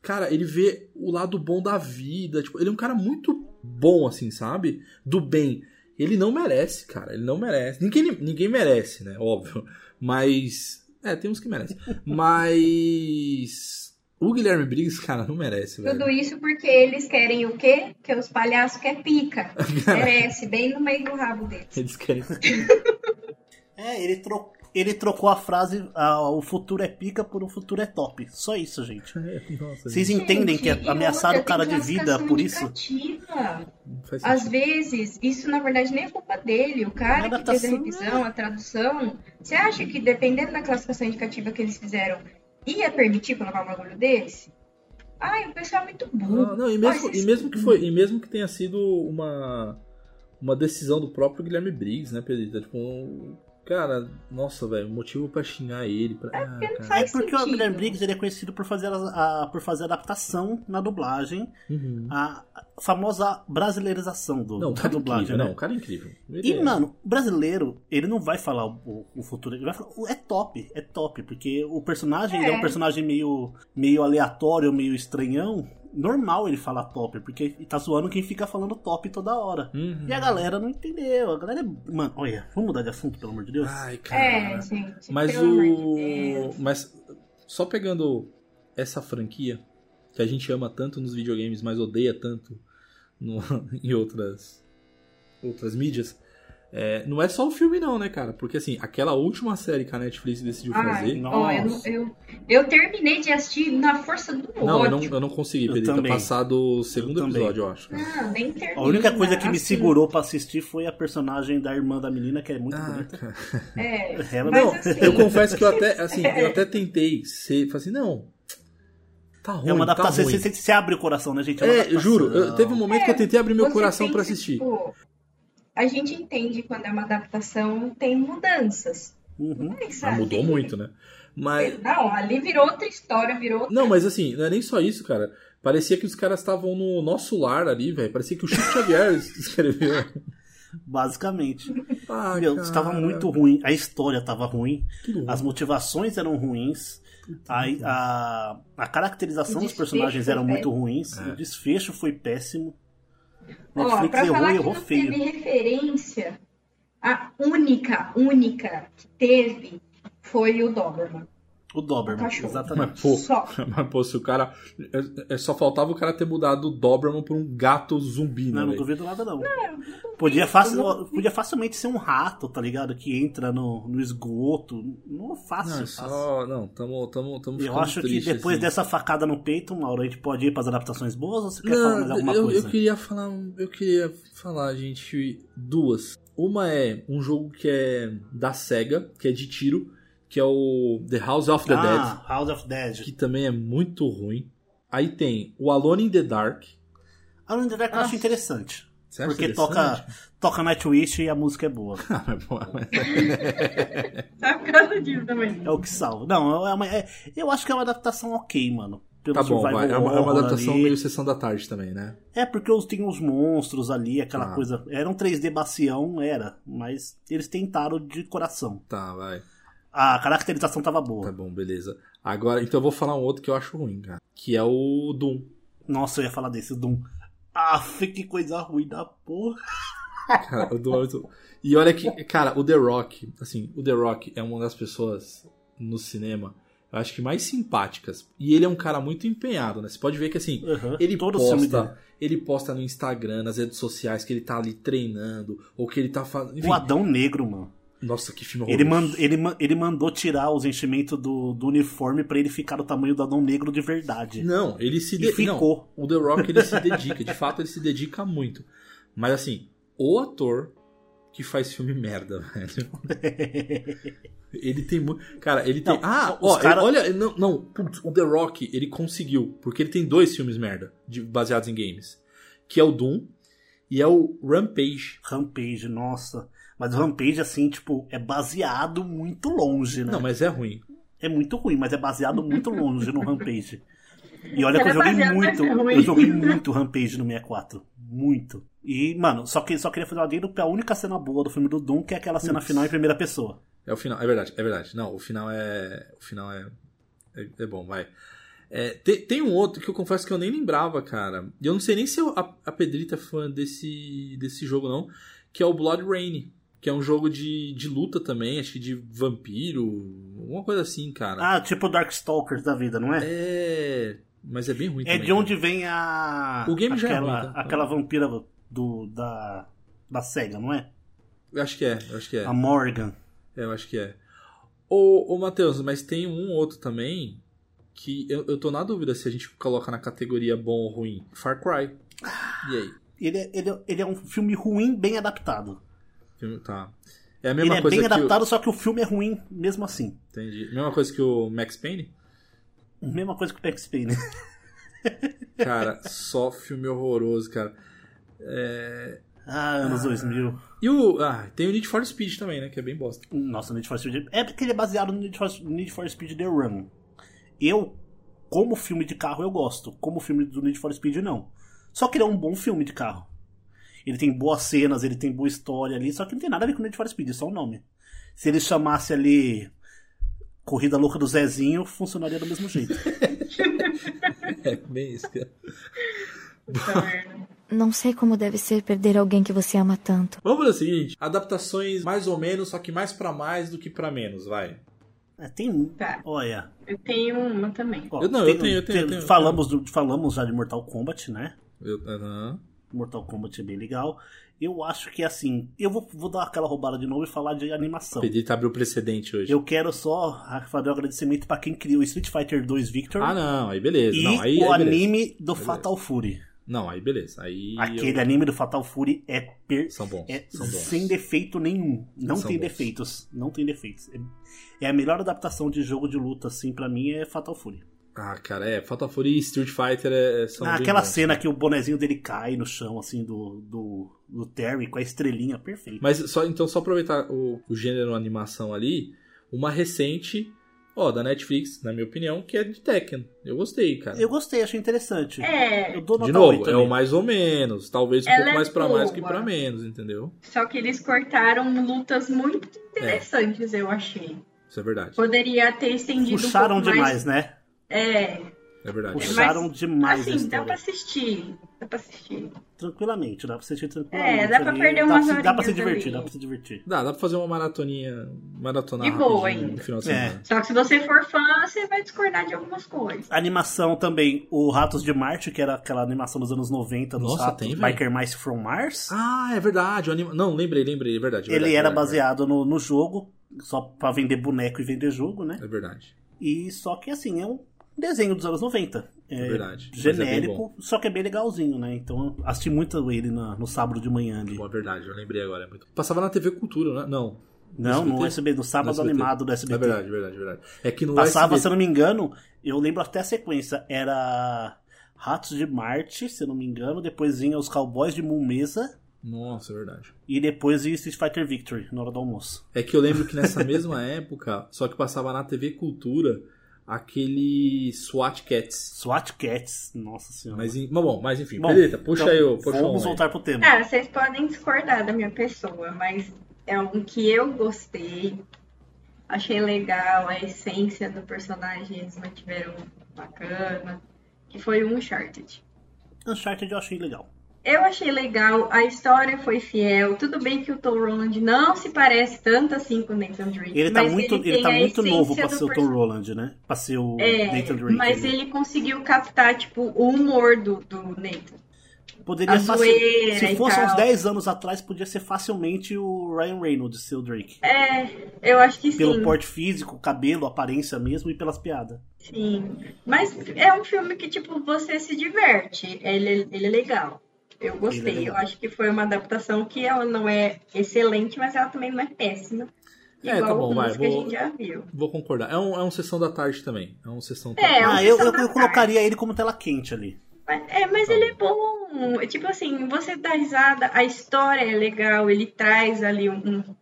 [SPEAKER 3] cara ele vê o lado bom da vida tipo ele é um cara muito bom assim sabe do bem ele não merece cara ele não merece ninguém ninguém merece né óbvio mas é tem uns que merecem mas o Guilherme Briggs cara não merece velho
[SPEAKER 5] Tudo isso porque eles querem o quê? Que os palhaços quer pica. Merece, bem no meio do rabo deles.
[SPEAKER 3] eles querem
[SPEAKER 4] É, ele, tro- ele trocou a frase ah, o futuro é pica por o futuro é top. Só isso, gente.
[SPEAKER 3] Nossa,
[SPEAKER 4] Vocês
[SPEAKER 3] gente,
[SPEAKER 4] entendem
[SPEAKER 5] Gente,
[SPEAKER 4] que
[SPEAKER 5] e
[SPEAKER 4] ameaçaram o
[SPEAKER 5] outra,
[SPEAKER 4] cara
[SPEAKER 5] tem
[SPEAKER 4] de vida
[SPEAKER 5] classificação
[SPEAKER 4] por isso?
[SPEAKER 5] indicativa.
[SPEAKER 3] não faz
[SPEAKER 5] Às
[SPEAKER 3] sentido.
[SPEAKER 5] vezes, isso na verdade nem é culpa dele. O
[SPEAKER 4] A
[SPEAKER 5] cara que fez a
[SPEAKER 4] adaptação, né?
[SPEAKER 5] revisão, a tradução. Você acha que dependendo da classificação indicativa que eles fizeram, ia permitir colocar um bagulho desse? Ai, o pessoal é muito burro.
[SPEAKER 3] Ah, não, e
[SPEAKER 5] Ah,
[SPEAKER 3] mesmo,
[SPEAKER 5] esses-
[SPEAKER 3] e mesmo que foi, e mesmo que tenha sido uma uma decisão do próprio Guilherme Briggs, né, Pedrita? Tipo, um- cara, nossa, velho, motivo pra xingar ele, pra... Ah,
[SPEAKER 5] porque não
[SPEAKER 3] cara.
[SPEAKER 5] faz
[SPEAKER 4] É porque o
[SPEAKER 5] sentido.
[SPEAKER 4] Guilherme Briggs ele é conhecido por fazer, as- a, por fazer adaptação na dublagem,
[SPEAKER 3] Uhum.
[SPEAKER 4] a famosa brasileirização do,
[SPEAKER 3] Não,
[SPEAKER 4] da
[SPEAKER 3] cara é
[SPEAKER 4] dublagem.
[SPEAKER 3] incrível,
[SPEAKER 4] né?
[SPEAKER 3] não, cara incrível.
[SPEAKER 4] E,
[SPEAKER 3] Ele é-
[SPEAKER 4] mano, o brasileiro, ele não vai falar o- o, o futuro. Ele vai falar, "O- é top, é top. Porque o personagem ele é,
[SPEAKER 5] É.
[SPEAKER 4] um personagem meio, meio aleatório, meio estranhão. Normal ele falar top, porque tá zoando quem fica falando top toda hora.
[SPEAKER 3] Uhum.
[SPEAKER 4] E a galera não entendeu. A galera é. Mano, olha, vamos mudar de assunto, pelo amor de Deus.
[SPEAKER 3] Ai, cara.
[SPEAKER 5] É, gente.
[SPEAKER 3] Mas
[SPEAKER 5] pelo amor
[SPEAKER 3] o...
[SPEAKER 5] de Deus.
[SPEAKER 3] Mas só pegando essa franquia, que a gente ama tanto nos videogames, mas odeia tanto no- em outras, outras mídias, É, não é só o filme, não, né, cara? Porque assim, aquela última série que a Netflix decidiu fazer.
[SPEAKER 5] Ai, ó, eu, não-
[SPEAKER 4] Nossa.
[SPEAKER 5] eu, eu terminei de assistir na força do
[SPEAKER 3] Não, eu não,
[SPEAKER 5] ódio.
[SPEAKER 3] eu não consegui,
[SPEAKER 4] Eu
[SPEAKER 3] Pedrita.
[SPEAKER 4] também.
[SPEAKER 3] Passado o segundo
[SPEAKER 4] Eu também.
[SPEAKER 3] episódio, eu acho.
[SPEAKER 5] Não, nem terminei.
[SPEAKER 4] A única coisa que me
[SPEAKER 5] assim.
[SPEAKER 4] segurou pra assistir foi a personagem da irmã da menina, que é muito bonita.
[SPEAKER 3] Ah, cara.
[SPEAKER 5] É,
[SPEAKER 4] Ela
[SPEAKER 5] mas
[SPEAKER 3] não,
[SPEAKER 5] assim,
[SPEAKER 3] eu confesso que eu até, assim, eu até tentei ser, falei assim, não, tá ruim,
[SPEAKER 4] é uma
[SPEAKER 3] tá
[SPEAKER 4] adaptação.
[SPEAKER 3] ruim.
[SPEAKER 4] você, você- você abre o coração, né, gente? uma
[SPEAKER 3] É,
[SPEAKER 4] adaptação.
[SPEAKER 3] juro, eu- teve um momento que eu tentei abrir meu
[SPEAKER 5] você
[SPEAKER 3] coração
[SPEAKER 5] tem
[SPEAKER 3] pra
[SPEAKER 5] que,
[SPEAKER 3] assistir.
[SPEAKER 5] tipo, a gente entende quando é uma adaptação, tem mudanças. é
[SPEAKER 4] Uhum.
[SPEAKER 5] Mas,
[SPEAKER 3] Ah, mudou
[SPEAKER 5] ali-
[SPEAKER 3] muito, né? Mas,
[SPEAKER 5] Não, ali virou outra história, virou
[SPEAKER 3] não, mas assim, não é nem só isso, cara. Parecia que os caras estavam no nosso lar ali, velho. Parecia que o Chico Xavier escreveu.
[SPEAKER 4] Basicamente.
[SPEAKER 3] Ah,
[SPEAKER 4] Meu,
[SPEAKER 3] cara,
[SPEAKER 4] estava muito ruim. A história tava ruim.
[SPEAKER 3] que louco.
[SPEAKER 4] As
[SPEAKER 5] Uhum.
[SPEAKER 4] motivações eram ruins. A, a, a caracterização
[SPEAKER 5] O
[SPEAKER 4] dos
[SPEAKER 5] desfecho
[SPEAKER 4] personagens eram
[SPEAKER 5] foi
[SPEAKER 4] muito ruins.
[SPEAKER 3] É.
[SPEAKER 4] O desfecho foi péssimo.
[SPEAKER 5] Ó,
[SPEAKER 4] Netflix
[SPEAKER 5] pra
[SPEAKER 4] errou
[SPEAKER 5] falar
[SPEAKER 4] e
[SPEAKER 5] que
[SPEAKER 4] errou
[SPEAKER 5] não
[SPEAKER 4] feio.
[SPEAKER 5] teve referência, a única, única que teve foi o Doberman.
[SPEAKER 4] O Doberman,
[SPEAKER 5] um Cachorro.
[SPEAKER 4] exatamente.
[SPEAKER 3] Mas, pô,
[SPEAKER 5] Só.
[SPEAKER 3] mas, pô, se o cara. é- é Só faltava o cara ter mudado o Doberman por um gato zumbi, né?
[SPEAKER 4] Não, não
[SPEAKER 3] velho?
[SPEAKER 4] duvido nada, não. podia, faci- podia facilmente ser um rato, tá ligado? Que entra no, no esgoto. Não, fácil,
[SPEAKER 3] Não, é
[SPEAKER 4] fácil.
[SPEAKER 3] só. Não, tamo, tamo, tamo
[SPEAKER 4] Eu
[SPEAKER 3] ficando
[SPEAKER 4] acho que
[SPEAKER 3] triste,
[SPEAKER 4] depois
[SPEAKER 3] assim.
[SPEAKER 4] dessa facada no peito, Mauro, a gente pode ir para as adaptações boas ou você quer falar mais alguma
[SPEAKER 3] eu,
[SPEAKER 4] coisa?
[SPEAKER 3] eu queria falar, um, eu queria falar, gente, duas. Uma é um jogo que é da Sega, que é de tiro, que é o The House of the
[SPEAKER 4] ah, House of
[SPEAKER 3] Dead,
[SPEAKER 4] Dead.
[SPEAKER 3] que também é muito ruim. Aí tem o Alone in the Dark.
[SPEAKER 4] Alone in the Dark eu acho interessante.
[SPEAKER 3] Você acha
[SPEAKER 4] porque
[SPEAKER 3] interessante?
[SPEAKER 4] toca, toca Nightwish e a música é boa.
[SPEAKER 3] Ah, mas, pô, mas-
[SPEAKER 5] Tá por causa disso também.
[SPEAKER 4] É o que salva. Não, é uma- é- eu acho que é uma adaptação ok, mano. Pelo
[SPEAKER 3] Tá bom,
[SPEAKER 4] survival
[SPEAKER 3] vai. É uma, é uma
[SPEAKER 4] horror
[SPEAKER 3] adaptação
[SPEAKER 4] ali.
[SPEAKER 3] meio sessão da tarde também, né?
[SPEAKER 4] É, porque os- tem uns monstros ali, aquela
[SPEAKER 3] Tá.
[SPEAKER 4] coisa. Era um 3D bacião, era. Mas eles tentaram de coração.
[SPEAKER 3] Tá, vai.
[SPEAKER 4] A caracterização tava
[SPEAKER 3] Tá
[SPEAKER 4] boa.
[SPEAKER 3] bom, beleza. Agora, então eu vou falar um outro que eu acho ruim, cara. Que é o Doom.
[SPEAKER 4] Nossa, eu ia falar desse Doom. Aff, que coisa ruim da porra.
[SPEAKER 3] Cara, o Doom é muito- E olha que, cara, o The Rock, assim, o The Rock é uma das pessoas no cinema, eu acho que mais simpáticas. E ele é um cara muito empenhado, né? Você pode ver que, assim,
[SPEAKER 4] Uhum.
[SPEAKER 3] ele
[SPEAKER 4] os filmes
[SPEAKER 3] posta, ele posta no Instagram, nas redes sociais, que ele tá ali treinando, ou que ele tá fazendo.
[SPEAKER 4] dele. O Adão Negro, mano.
[SPEAKER 3] Nossa, que filme
[SPEAKER 4] Ele,
[SPEAKER 3] horroroso.
[SPEAKER 4] mand- ele, ma- ele mandou tirar os enchimentos do, do uniforme pra ele ficar do tamanho do Adão Negro de verdade.
[SPEAKER 3] Não, ele se.
[SPEAKER 4] E
[SPEAKER 3] De... Não,
[SPEAKER 4] ficou.
[SPEAKER 3] o The Rock, ele se dedica, de fato, ele se dedica muito. Mas, assim, o ator que faz filme merda, velho. Ele tem muito. Cara, ele tem.
[SPEAKER 4] Não,
[SPEAKER 3] ah,
[SPEAKER 4] os
[SPEAKER 3] ó,
[SPEAKER 4] cara-
[SPEAKER 3] ele- olha, não, não, putz, o The Rock, ele conseguiu, porque ele tem dois filmes merda, de- baseados em games. Que é o Doom e é o Rampage.
[SPEAKER 4] Rampage, nossa. Mas o Rampage, assim, tipo, é baseado muito longe, né?
[SPEAKER 3] Não, mas é ruim.
[SPEAKER 4] É muito ruim, mas é baseado muito longe no Rampage. E olha que eu
[SPEAKER 5] Era
[SPEAKER 4] joguei
[SPEAKER 5] baseado,
[SPEAKER 4] muito,
[SPEAKER 5] mas é ruim.
[SPEAKER 4] eu joguei muito Rampage no 64. Muito. E, mano, só que só queria fazer um adendo pra única cena boa do filme do Doom, que é aquela cena
[SPEAKER 3] Putz.
[SPEAKER 4] final em primeira pessoa.
[SPEAKER 3] É o final, é verdade, é verdade. Não, o final é. O final é. É, é bom, vai. É, te- tem, um outro que eu confesso que eu nem lembrava, cara. E eu não sei nem se eu- a, a Pedrita é fã desse, desse jogo, não. Que é o Blood Rain. Que é um jogo de, de luta também, acho que de vampiro, alguma coisa assim, cara.
[SPEAKER 4] Ah, tipo Darkstalkers da vida, não é?
[SPEAKER 3] É. Mas é bem ruim
[SPEAKER 4] É
[SPEAKER 3] também,
[SPEAKER 4] de onde
[SPEAKER 3] cara.
[SPEAKER 4] vem a
[SPEAKER 3] O game já é
[SPEAKER 4] aquela,
[SPEAKER 3] ruim, então.
[SPEAKER 4] aquela vampira do da da Sega, não é?
[SPEAKER 3] Eu acho que é, eu acho que é.
[SPEAKER 4] A Morgan.
[SPEAKER 3] É, eu acho que é. Ô, ô Matheus, mas tem um outro também que eu, eu tô na dúvida se a gente coloca na categoria bom ou ruim. Far Cry. E aí?
[SPEAKER 4] Ele é, ele, é- ele é um filme ruim bem adaptado.
[SPEAKER 3] Filme- Tá. É a mesma
[SPEAKER 4] ele é
[SPEAKER 3] coisa
[SPEAKER 4] bem
[SPEAKER 3] que
[SPEAKER 4] adaptado, só que o filme é ruim mesmo assim.
[SPEAKER 3] o... Entendi. Mesma coisa que o Max Payne?
[SPEAKER 4] Mesma coisa que o né? Max Payne.
[SPEAKER 3] Cara, só filme horroroso, cara.
[SPEAKER 4] Ah, anos 2000.
[SPEAKER 3] E o... Ah, tem o Need for Speed também, né? Que é bem bosta.
[SPEAKER 4] Nossa, Need for Speed. É porque ele é baseado no Need for, Need for Speed The Run. Eu, como filme de carro, eu gosto. Como filme do Need for Speed, não. Só que ele é um bom filme de carro. Ele tem boas cenas, ele tem boa história ali, só que não tem nada a ver com Need for Speed, é só o nome. Se ele chamasse ali Corrida Louca do Zezinho, funcionaria do mesmo jeito.
[SPEAKER 3] É bem isso, cara.
[SPEAKER 5] Puta merda.
[SPEAKER 6] Não sei como deve ser perder alguém que você ama tanto.
[SPEAKER 3] Vamos fazer o seguinte. Adaptações mais ou menos, só que mais pra mais do que pra menos, vai.
[SPEAKER 4] É, tem um.
[SPEAKER 5] Tá.
[SPEAKER 4] Olha.
[SPEAKER 5] Eu tenho uma também.
[SPEAKER 4] ó,
[SPEAKER 3] Eu- não, eu tenho, eu tenho, eu tenho.
[SPEAKER 4] Falamos, do- falamos já de Mortal Kombat, né?
[SPEAKER 3] Eu... aham.
[SPEAKER 4] Mortal Kombat é bem legal. Eu acho que assim, eu vou, vou dar aquela roubada de novo e falar de animação.
[SPEAKER 3] Pedrito tá, abriu precedente hoje.
[SPEAKER 4] Então. Eu quero só fazer um agradecimento pra quem criou Street Fighter 2 Victor
[SPEAKER 3] Ah, não, aí beleza.
[SPEAKER 4] e
[SPEAKER 3] não, aí,
[SPEAKER 4] o
[SPEAKER 3] aí beleza.
[SPEAKER 4] anime do
[SPEAKER 3] beleza.
[SPEAKER 4] Fatal Fury.
[SPEAKER 3] Não, aí beleza. Aí eu-
[SPEAKER 4] Aquele anime do Fatal Fury é per
[SPEAKER 3] São bons,
[SPEAKER 4] é
[SPEAKER 3] são bons.
[SPEAKER 4] sem defeito nenhum. Não
[SPEAKER 3] São
[SPEAKER 4] tem
[SPEAKER 3] bons.
[SPEAKER 4] defeitos. Não tem defeitos. É- É a melhor adaptação de jogo de luta, assim, pra mim, é Fatal Fury.
[SPEAKER 3] Ah, cara, é. Fatal Fury e Street Fighter é, é- são.
[SPEAKER 4] Ah,
[SPEAKER 3] bem
[SPEAKER 4] aquela
[SPEAKER 3] bons.
[SPEAKER 4] cena que o bonezinho dele cai no chão, assim, do, do, do Terry com a estrelinha, perfeito.
[SPEAKER 3] Mas só, então, só aproveitar o, o gênero animação ali. Uma recente, ó, da Netflix, na minha opinião, que é de Tekken. Eu gostei, cara.
[SPEAKER 4] Eu gostei, achei interessante.
[SPEAKER 5] É,
[SPEAKER 4] Eu dou nota
[SPEAKER 3] De
[SPEAKER 4] 8
[SPEAKER 3] novo, é
[SPEAKER 4] também.
[SPEAKER 3] o mais ou menos. Talvez um
[SPEAKER 5] Ela
[SPEAKER 3] pouco
[SPEAKER 5] é
[SPEAKER 3] mais pra mais que
[SPEAKER 5] boa.
[SPEAKER 3] pra menos, entendeu?
[SPEAKER 5] só que eles cortaram lutas muito
[SPEAKER 3] É.
[SPEAKER 5] interessantes, eu achei.
[SPEAKER 3] Isso é verdade.
[SPEAKER 5] Poderia ter estendido
[SPEAKER 4] Puxaram
[SPEAKER 5] um pouco mais.
[SPEAKER 4] demais, né?
[SPEAKER 5] É,
[SPEAKER 3] É verdade.
[SPEAKER 4] Puxaram demais a
[SPEAKER 5] assim, dá
[SPEAKER 4] história.
[SPEAKER 5] pra assistir. Dá pra assistir.
[SPEAKER 4] Tranquilamente, dá pra assistir tranquilamente.
[SPEAKER 5] É, dá pra
[SPEAKER 4] ali,
[SPEAKER 5] perder
[SPEAKER 4] dá
[SPEAKER 5] umas
[SPEAKER 4] pra se- Dá pra se
[SPEAKER 5] horinhas
[SPEAKER 4] divertir,
[SPEAKER 5] ali.
[SPEAKER 4] dá pra se divertir.
[SPEAKER 3] Dá, dá pra fazer uma maratoninha. Maratonar
[SPEAKER 5] De boa
[SPEAKER 3] rapidinho
[SPEAKER 5] ainda.
[SPEAKER 3] no final de
[SPEAKER 4] É.
[SPEAKER 3] semana.
[SPEAKER 5] Só que se você for fã, você vai discordar de algumas coisas.
[SPEAKER 4] Animação também, o Ratos de Marte, que era aquela animação dos anos 90 dos
[SPEAKER 3] Nossa,
[SPEAKER 4] ratos
[SPEAKER 3] tem, velho?
[SPEAKER 4] Biker Mice from Mars.
[SPEAKER 3] Ah, é verdade. o anima- Não, lembrei, lembrei. É verdade. é
[SPEAKER 4] ele
[SPEAKER 3] verdade,
[SPEAKER 4] era
[SPEAKER 3] é verdade,
[SPEAKER 4] baseado no, no jogo, só pra vender boneco e vender jogo, né?
[SPEAKER 3] É verdade.
[SPEAKER 4] E só que assim, é um desenho dos anos 90.
[SPEAKER 3] É verdade. Mas é bem bom.
[SPEAKER 4] Genérico, só que é bem legalzinho, né? Então eu assisti muito ele na- no sábado de manhã ali.
[SPEAKER 3] Boa verdade, eu lembrei agora. é muito- Passava na TV Cultura, né? Não.
[SPEAKER 4] Não, no
[SPEAKER 3] SBT?
[SPEAKER 4] SBT, no sábado
[SPEAKER 3] SBT.
[SPEAKER 4] animado do
[SPEAKER 3] É
[SPEAKER 4] SBT.
[SPEAKER 3] verdade, verdade, verdade. É que no
[SPEAKER 4] Passava, se eu
[SPEAKER 3] SBT
[SPEAKER 4] não me engano, eu lembro até a sequência. Era Ratos de Marte, se eu não me engano. Depois vinha os Cowboys de Mumesa.
[SPEAKER 3] Nossa, é verdade.
[SPEAKER 4] E depois vinha Street Fighter Victory, na hora do almoço.
[SPEAKER 3] É que eu lembro que nessa mesma época, só que passava na TV Cultura aquele SWAT Cats.
[SPEAKER 4] SWAT Cats, nossa senhora.
[SPEAKER 3] Mas, em- mas bom, mas enfim,
[SPEAKER 4] Bom,
[SPEAKER 3] beleza, puxa
[SPEAKER 4] então,
[SPEAKER 3] aí, o- puxa um aí.
[SPEAKER 4] Vamos voltar pro tema.
[SPEAKER 5] Ah, vocês podem discordar da minha pessoa, mas é um que eu gostei. Achei legal, a essência do personagem eles mantiveram bacana. Que foi o Uncharted. É.
[SPEAKER 4] Uncharted eu achei legal.
[SPEAKER 5] Eu achei legal, a história foi fiel. Tudo bem que o Tom Roland não se parece tanto assim com o Nathan Drake.
[SPEAKER 4] Ele tá
[SPEAKER 5] mas
[SPEAKER 4] muito, ele
[SPEAKER 5] tem
[SPEAKER 4] tá
[SPEAKER 5] a
[SPEAKER 4] muito novo
[SPEAKER 5] essência
[SPEAKER 4] pra
[SPEAKER 5] do
[SPEAKER 4] ser o Tom
[SPEAKER 5] personagem.
[SPEAKER 4] Roland, né? Pra ser o
[SPEAKER 5] É,
[SPEAKER 4] Nathan Drake.
[SPEAKER 5] mas
[SPEAKER 4] né?
[SPEAKER 5] ele conseguiu captar, tipo, o humor do, do Nathan.
[SPEAKER 4] Poderia
[SPEAKER 5] a
[SPEAKER 4] facil-
[SPEAKER 5] zoeira
[SPEAKER 4] Se
[SPEAKER 5] e
[SPEAKER 4] fosse uns
[SPEAKER 5] tal.
[SPEAKER 4] 10 anos atrás, podia ser facilmente o Ryan Reynolds ser o Drake.
[SPEAKER 5] É, eu acho que
[SPEAKER 4] Pelo
[SPEAKER 5] sim.
[SPEAKER 4] porte físico, cabelo, aparência mesmo e pelas piadas.
[SPEAKER 5] Sim. Mas é um filme que, tipo, você se diverte. Ele, ele é legal. Eu gostei.
[SPEAKER 4] legal.
[SPEAKER 5] Eu acho que foi uma adaptação que ela não é excelente, mas ela também não é péssima.
[SPEAKER 3] É, tá
[SPEAKER 5] Igual
[SPEAKER 3] bom, vai,
[SPEAKER 5] alguns que a
[SPEAKER 3] vou-
[SPEAKER 5] gente já viu.
[SPEAKER 3] Vou concordar. É um, é um sessão da tarde também. É um sessão
[SPEAKER 5] É,
[SPEAKER 3] tarde.
[SPEAKER 5] um
[SPEAKER 4] ah, eu,
[SPEAKER 5] sessão
[SPEAKER 4] eu,
[SPEAKER 5] da
[SPEAKER 4] eu
[SPEAKER 5] tarde.
[SPEAKER 4] colocaria ele como tela quente ali.
[SPEAKER 5] Mas- É, mas ele é bom. É Tipo assim, você dá risada, a história é legal, ele traz ali um, um-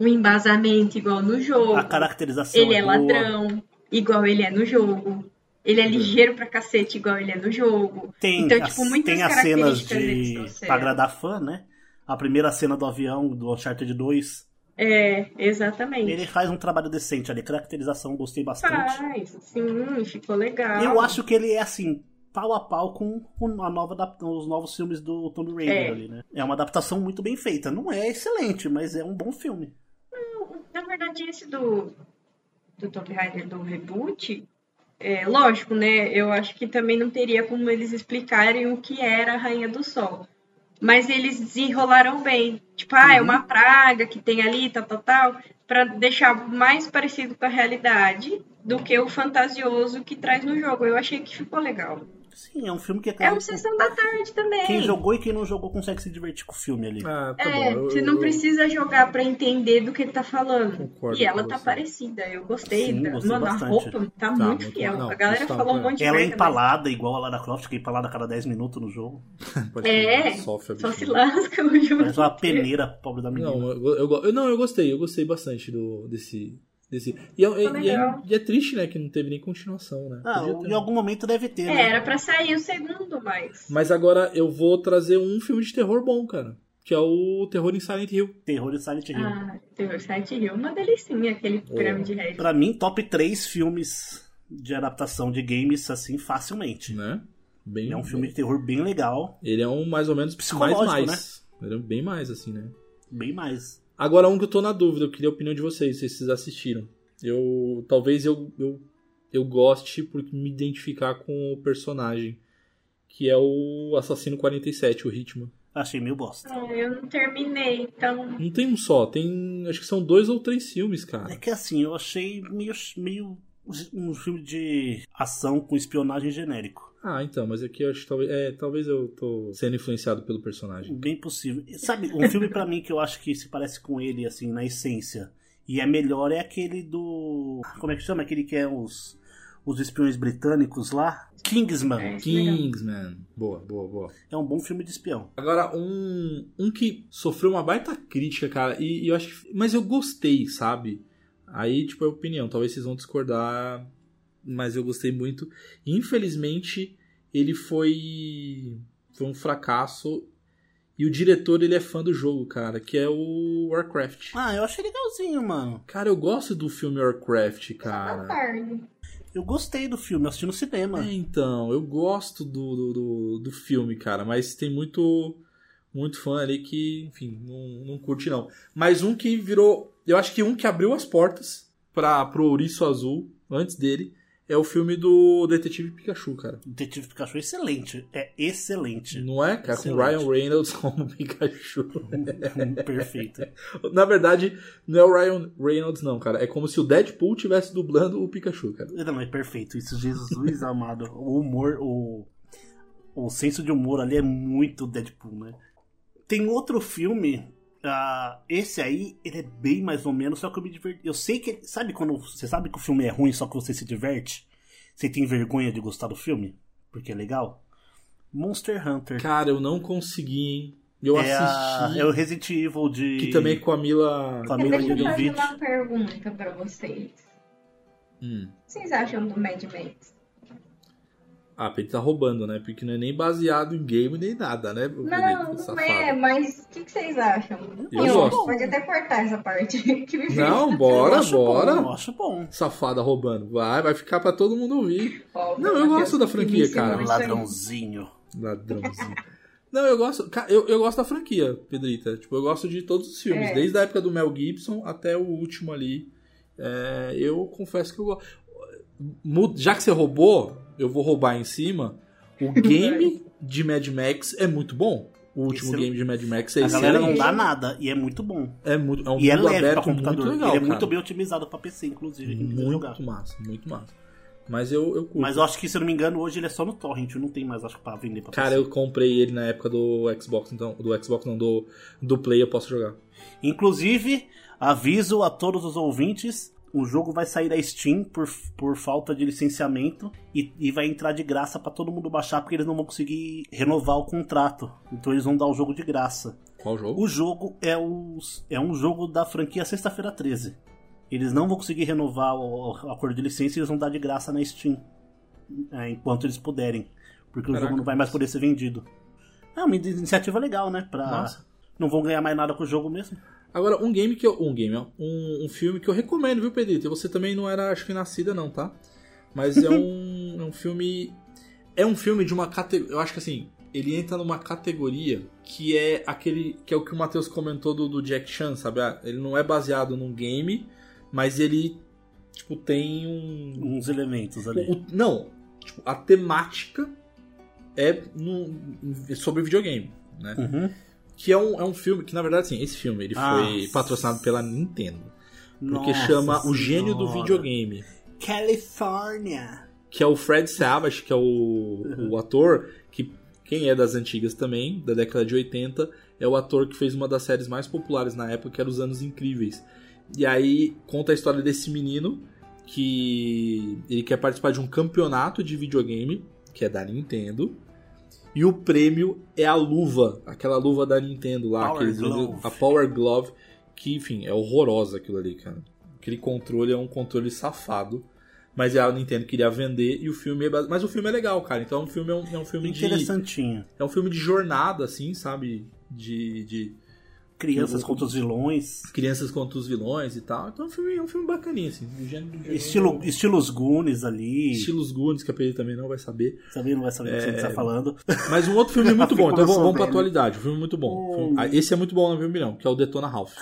[SPEAKER 5] um embasamento igual no jogo.
[SPEAKER 4] A caracterização
[SPEAKER 5] Ele é
[SPEAKER 4] boa.
[SPEAKER 5] ladrão, igual ele é no jogo. Ele
[SPEAKER 4] Uhum.
[SPEAKER 5] é ligeiro pra cacete, igual ele é no jogo.
[SPEAKER 4] Tem,
[SPEAKER 5] Então,
[SPEAKER 4] as,
[SPEAKER 5] tipo, muitas
[SPEAKER 4] tem as cenas
[SPEAKER 5] características deles
[SPEAKER 4] de
[SPEAKER 5] são sérias.
[SPEAKER 4] pra agradar fã, né? A primeira cena do avião do Uncharted 2,
[SPEAKER 5] É, exatamente.
[SPEAKER 4] ele faz um trabalho decente ali, caracterização gostei bastante.
[SPEAKER 5] faz, sim, ficou legal.
[SPEAKER 4] Eu acho que ele é assim, pau a pau com o- a nova adap- os novos filmes do Tomb Raider
[SPEAKER 5] É.
[SPEAKER 4] ali, né? É uma adaptação muito bem feita. Não é excelente, mas é um bom filme.
[SPEAKER 5] Na verdade, esse do, do Tomb Raider do reboot, é lógico, né? Eu acho que também não teria como eles explicarem o que era a Rainha do Sol. Mas eles desenrolaram bem. Tipo, ah, é uma praga que tem ali, tal, tal, tal, pra deixar mais parecido com a realidade do que o fantasioso que traz no jogo. Eu achei que ficou legal.
[SPEAKER 4] Sim, é um filme que
[SPEAKER 5] É uma sessão da tarde também.
[SPEAKER 4] quem jogou e quem não jogou consegue se divertir com o filme ali.
[SPEAKER 3] Ah, tá
[SPEAKER 5] É,
[SPEAKER 3] bom. eu-
[SPEAKER 5] você
[SPEAKER 3] eu-
[SPEAKER 5] não precisa jogar pra entender do que ele tá falando.
[SPEAKER 3] Concordo
[SPEAKER 5] e ela
[SPEAKER 3] com
[SPEAKER 5] tá
[SPEAKER 3] você.
[SPEAKER 5] parecida, eu gostei.
[SPEAKER 4] Sim,
[SPEAKER 5] da-
[SPEAKER 4] gostei
[SPEAKER 5] Mano,
[SPEAKER 4] bastante.
[SPEAKER 5] a roupa tá muito
[SPEAKER 3] muito
[SPEAKER 5] fiel.
[SPEAKER 3] bom. Não,
[SPEAKER 5] a galera
[SPEAKER 3] isso tá-
[SPEAKER 5] falou um monte de
[SPEAKER 4] Ela é
[SPEAKER 5] merda, mas
[SPEAKER 4] empalada, igual a Lara Croft, que é empalada a cada 10 minutos no jogo.
[SPEAKER 3] Pode
[SPEAKER 5] É,
[SPEAKER 3] ser, sofre a
[SPEAKER 5] Só se
[SPEAKER 3] bichinha.
[SPEAKER 5] lasca o jogo.
[SPEAKER 4] Parece uma peneira, pobre da menina.
[SPEAKER 3] É. Não, eu, eu, go- eu- não, eu gostei, eu gostei bastante do, desse. desse... E, é- e é,
[SPEAKER 5] legal.
[SPEAKER 3] e é triste, né, que não teve nem continuação, né?
[SPEAKER 4] Ah,
[SPEAKER 3] Podia ter,
[SPEAKER 4] em
[SPEAKER 3] né?
[SPEAKER 4] algum momento deve ter,
[SPEAKER 5] É,
[SPEAKER 4] né?
[SPEAKER 5] era pra sair o segundo, mas.
[SPEAKER 3] Mas agora eu vou trazer um filme de terror bom, cara. Que é o Terror em Silent Hill.
[SPEAKER 4] Terror de Silent Hill.
[SPEAKER 5] Ah, Terror Sete Rio, uma delicinha aquele pirâmide red.
[SPEAKER 4] Pra mim, top 3 filmes de adaptação de games, assim, facilmente.
[SPEAKER 3] Né? Bem,
[SPEAKER 4] É um filme de terror bem legal,
[SPEAKER 3] Ele é um mais ou menos mais
[SPEAKER 4] Psicológico,
[SPEAKER 3] mais. Ele é bem mais, assim, né?
[SPEAKER 4] bem mais.
[SPEAKER 3] Agora um que eu tô na dúvida, eu queria a opinião de vocês, se vocês assistiram. Eu. Talvez eu, eu, eu goste por me identificar com o personagem. que é o Assassino 47, o Ritmo.
[SPEAKER 4] Achei meio bosta.
[SPEAKER 5] Ah, eu não terminei, então.
[SPEAKER 3] Não tem um só, tem. Acho que são dois ou três filmes,
[SPEAKER 4] É
[SPEAKER 3] cara.
[SPEAKER 4] que assim, eu achei meio, meio um filme de ação com espionagem genérico.
[SPEAKER 3] Ah, então, mas aqui eu acho que talvez. É, talvez eu tô sendo influenciado pelo personagem.
[SPEAKER 4] Bem possível. E, Sabe, um filme pra mim que eu acho que se parece com ele, assim, na essência, e é melhor, é aquele do. Como é que chama? Aquele que é os, os espiões britânicos lá?
[SPEAKER 5] é,
[SPEAKER 4] Kingsman.
[SPEAKER 5] Então,
[SPEAKER 3] Kingsman. Boa, boa, boa.
[SPEAKER 4] É um bom filme de espião.
[SPEAKER 3] Agora, um, um que sofreu uma baita crítica, cara, e, e eu acho que. Mas eu gostei, sabe? Aí, tipo, é opinião. Talvez vocês vão discordar, mas eu gostei muito. Infelizmente, ele foi. Foi um fracasso. E o diretor, ele é fã do jogo, cara, que é o Warcraft.
[SPEAKER 4] Ah, eu achei legalzinho, mano.
[SPEAKER 3] Cara, eu gosto do filme Warcraft,
[SPEAKER 5] Tá
[SPEAKER 3] cara.
[SPEAKER 5] tarde.
[SPEAKER 4] Eu gostei do filme, eu assisti no cinema.
[SPEAKER 3] É, então, eu gosto do, do, do, do filme, cara, mas tem muito muito fã ali que, enfim, não, não curte não. Mas um que virou, eu acho que um que abriu as portas para pro Ouriço Azul, antes dele, é o filme do Detetive Pikachu, cara.
[SPEAKER 4] Detetive Pikachu é excelente. É excelente.
[SPEAKER 3] Não é, cara? Com o
[SPEAKER 4] Excelente.
[SPEAKER 3] Ryan Reynolds como Pikachu.
[SPEAKER 4] Perfeito.
[SPEAKER 3] Na verdade, não é o Ryan Reynolds não, cara. É como se o Deadpool tivesse dublando o Pikachu, cara.
[SPEAKER 4] Não, é perfeito. Isso, Jesus amado. O humor, o, o senso de humor ali é muito Deadpool, né? Tem outro filme. ah, esse aí, ele é bem mais ou menos, só que eu me diverti. Eu sei que. Sabe quando. Você sabe que o filme é ruim, só que você se diverte? Você tem vergonha de gostar do filme? Porque é legal? Monster Hunter.
[SPEAKER 3] Cara, eu não consegui, hein? Eu
[SPEAKER 4] é, a-
[SPEAKER 3] assisti.
[SPEAKER 4] é o Resident Evil de.
[SPEAKER 3] Que também é com a Mila.
[SPEAKER 4] Com a Mila
[SPEAKER 5] Deixa eu fazer
[SPEAKER 4] Jovovich.
[SPEAKER 5] uma pergunta pra vocês.
[SPEAKER 3] Hum.
[SPEAKER 5] O que vocês acham do Mad Max?
[SPEAKER 3] Ah, Pedro tá roubando, né? Porque não é nem baseado em game nem nada, né? Pedro?
[SPEAKER 5] Não, não
[SPEAKER 3] Safado.
[SPEAKER 5] é, mas o que, que vocês acham?
[SPEAKER 3] Eu
[SPEAKER 5] Não,
[SPEAKER 3] gosto.
[SPEAKER 5] Pode até cortar essa parte. Que me fez-
[SPEAKER 3] Não,
[SPEAKER 4] Eu
[SPEAKER 3] bora,
[SPEAKER 4] acho bom,
[SPEAKER 3] bora.
[SPEAKER 4] eu acho bom.
[SPEAKER 3] Safada roubando. Vai, vai ficar pra todo mundo ouvir.
[SPEAKER 5] Ó,
[SPEAKER 3] Não, eu gosto da franquia,
[SPEAKER 5] Vinícius,
[SPEAKER 3] cara.
[SPEAKER 5] isso aí.
[SPEAKER 4] Ladrãozinho.
[SPEAKER 3] Ladrãozinho. assim. não, eu gosto. ca- Eu, eu gosto da franquia, Pedrita. Tipo, eu gosto de todos os filmes.
[SPEAKER 5] É.
[SPEAKER 3] Desde a época do Mel Gibson até o último ali. É, eu confesso que eu gosto. Mu- Já que você roubou, eu vou roubar em cima. O game de Mad Max é muito bom. O último
[SPEAKER 4] Esse-
[SPEAKER 3] game de Mad Max é
[SPEAKER 4] A galera não
[SPEAKER 3] excelente.
[SPEAKER 4] dá nada e é muito bom.
[SPEAKER 3] É, muito, é um
[SPEAKER 4] E é
[SPEAKER 3] mundo
[SPEAKER 4] leve pra
[SPEAKER 3] aberto muito
[SPEAKER 4] computador.
[SPEAKER 3] legal.
[SPEAKER 4] Ele é
[SPEAKER 3] cara.
[SPEAKER 4] muito bem otimizado pra PC, inclusive. quem quiser jogar.
[SPEAKER 3] Muito massa, muito massa. Mas eu, eu curto.
[SPEAKER 4] Mas eu acho que, se eu não me engano, hoje ele é só no Torrent. Não tem mais, acho que, pra vender pra
[SPEAKER 3] Cara,
[SPEAKER 4] PC.
[SPEAKER 3] eu comprei ele na época do Xbox, então. Do Xbox não, do, do Play eu posso jogar.
[SPEAKER 4] Inclusive, aviso a todos os ouvintes... O jogo vai sair da Steam por, por falta de licenciamento e, e vai entrar de graça pra todo mundo baixar porque eles não vão conseguir renovar o contrato. Então eles vão dar o jogo de graça.
[SPEAKER 3] Qual jogo?
[SPEAKER 4] O jogo é, o, é um jogo da franquia Sexta-feira 13. Eles não vão conseguir renovar o, o acordo de licença e eles vão dar de graça na Steam. é, enquanto eles puderem. Porque o
[SPEAKER 3] Caraca,
[SPEAKER 4] jogo não vai mais poder ser vendido. É uma iniciativa legal, né? Pra...
[SPEAKER 3] Nossa.
[SPEAKER 4] Não vão ganhar mais nada com o jogo mesmo.
[SPEAKER 3] Agora, um game que eu. Um game, ó. Um, um filme que eu recomendo, viu, Pedrito? E Você também não era, acho que, nascida, não, tá? Mas é um, é um filme. É um filme de uma categoria. Eu acho que assim, ele entra numa categoria que é aquele. que é o que o Matheus comentou do, do Jack Chan, sabe? Ah, Ele não é baseado num game, mas ele, tipo, tem um.
[SPEAKER 4] Uns elementos ali.
[SPEAKER 3] O- o- não, tipo, a temática é num- sobre videogame, né?
[SPEAKER 4] Uhum.
[SPEAKER 3] Que é um, é um filme que, na verdade, assim, esse filme ele
[SPEAKER 4] Ah,
[SPEAKER 3] foi patrocinado pela Nintendo. Porque
[SPEAKER 4] Nossa
[SPEAKER 3] chama O Gênio do
[SPEAKER 4] Senhora.
[SPEAKER 3] Videogame.
[SPEAKER 4] California.
[SPEAKER 3] Que é o Fred Savage, que é o,
[SPEAKER 4] Uhum.
[SPEAKER 3] o ator, que quem é das antigas também, da década de 80, é o ator que fez uma das séries mais populares na época, que era Os Anos Incríveis. E aí conta a história desse menino que ele quer participar de um campeonato de videogame, que é da Nintendo. E o prêmio é a luva, aquela luva da Nintendo lá,
[SPEAKER 4] Power
[SPEAKER 3] aqueles-
[SPEAKER 4] Glove.
[SPEAKER 3] a Power Glove, que enfim, é horrorosa aquilo ali, cara. Aquele controle é um controle safado. Mas é a Nintendo queria vender e o filme é base- Mas o filme é legal, cara. Então o filme é um, é um filme de.
[SPEAKER 4] Interessantinho.
[SPEAKER 3] É um filme de jornada, assim, sabe? De, de-
[SPEAKER 4] Crianças
[SPEAKER 3] Eu-
[SPEAKER 4] contra os vilões.
[SPEAKER 3] crianças contra os vilões e tal. Então é um filme, é um filme bacaninha, assim. Do gênero, do gênero-
[SPEAKER 4] Estilo, estilos Goonies ali.
[SPEAKER 3] Estilos Goonies, que a Pedro também não vai saber.
[SPEAKER 4] Também não vai saber o que você
[SPEAKER 3] É.
[SPEAKER 4] está falando.
[SPEAKER 3] Mas um outro filme muito bom. Então vamos, vamos pra
[SPEAKER 4] Sobrando.
[SPEAKER 3] atualidade. Um filme muito bom.
[SPEAKER 4] Hum.
[SPEAKER 3] Filme- ah, Esse é muito bom, na minha opinião, que é o Detona Ralph.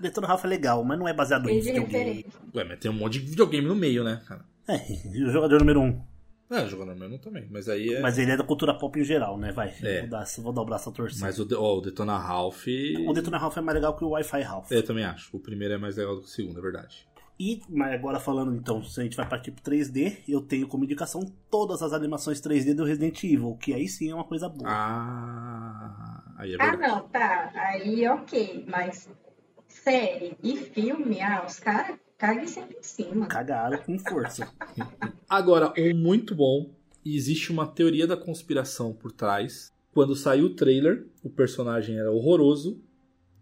[SPEAKER 4] Detona Ralph é legal, mas não é baseado em
[SPEAKER 5] Ele é
[SPEAKER 4] videogame.
[SPEAKER 5] diferente.
[SPEAKER 3] Ué, mas tem um monte de videogame no meio, né, cara?
[SPEAKER 4] É, e o jogador número 1. Um.
[SPEAKER 3] Não, jogando Romero também, mas aí é. Mas,
[SPEAKER 4] Mas ele é da cultura pop em geral, né? Vai.
[SPEAKER 3] É.
[SPEAKER 4] Vou, dar, vou dar o braço a torcer.
[SPEAKER 3] o, de... ó, o Detona Ralph.
[SPEAKER 4] O Detona Ralph é mais legal que o Wi-Fi Ralph.
[SPEAKER 3] Eu também acho. O primeiro é mais legal do que o segundo, é verdade.
[SPEAKER 4] E, mas agora falando então, se a gente vai partir pro 3D, eu tenho como indicação todas as animações 3D do Resident Evil, que aí sim é uma coisa boa.
[SPEAKER 3] Ah. Aí é
[SPEAKER 5] Ah,
[SPEAKER 3] verdade.
[SPEAKER 5] não, tá. Aí, ok. Mas série e filme, ah, os caras cagam sempre em cima.
[SPEAKER 4] Cagaram com força.
[SPEAKER 3] Agora, um muito bom, e existe uma teoria da conspiração por trás. Quando saiu o trailer, o personagem era horroroso,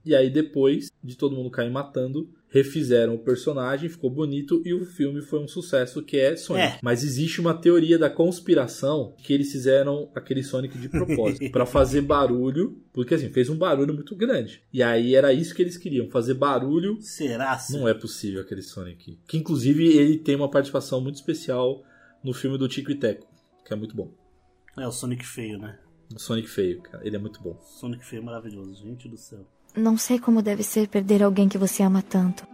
[SPEAKER 3] e aí depois de todo mundo cair matando, refizeram o personagem, ficou bonito e o filme foi um sucesso que é Sonic.
[SPEAKER 4] É.
[SPEAKER 3] Mas existe uma teoria da conspiração que eles fizeram aquele Sonic de propósito, pra fazer barulho, porque assim, fez um barulho muito grande. E aí era isso que eles queriam, fazer barulho
[SPEAKER 4] Será? sim?
[SPEAKER 3] não é possível aquele Sonic. Que inclusive ele tem uma participação muito especial no filme do Tico e Teco, que é muito bom.
[SPEAKER 4] É o Sonic feio, né?
[SPEAKER 3] O Sonic feio, cara. Ele é muito bom.
[SPEAKER 4] Sonic feio é maravilhoso, gente do céu.
[SPEAKER 6] Não sei como deve ser perder alguém que você ama tanto.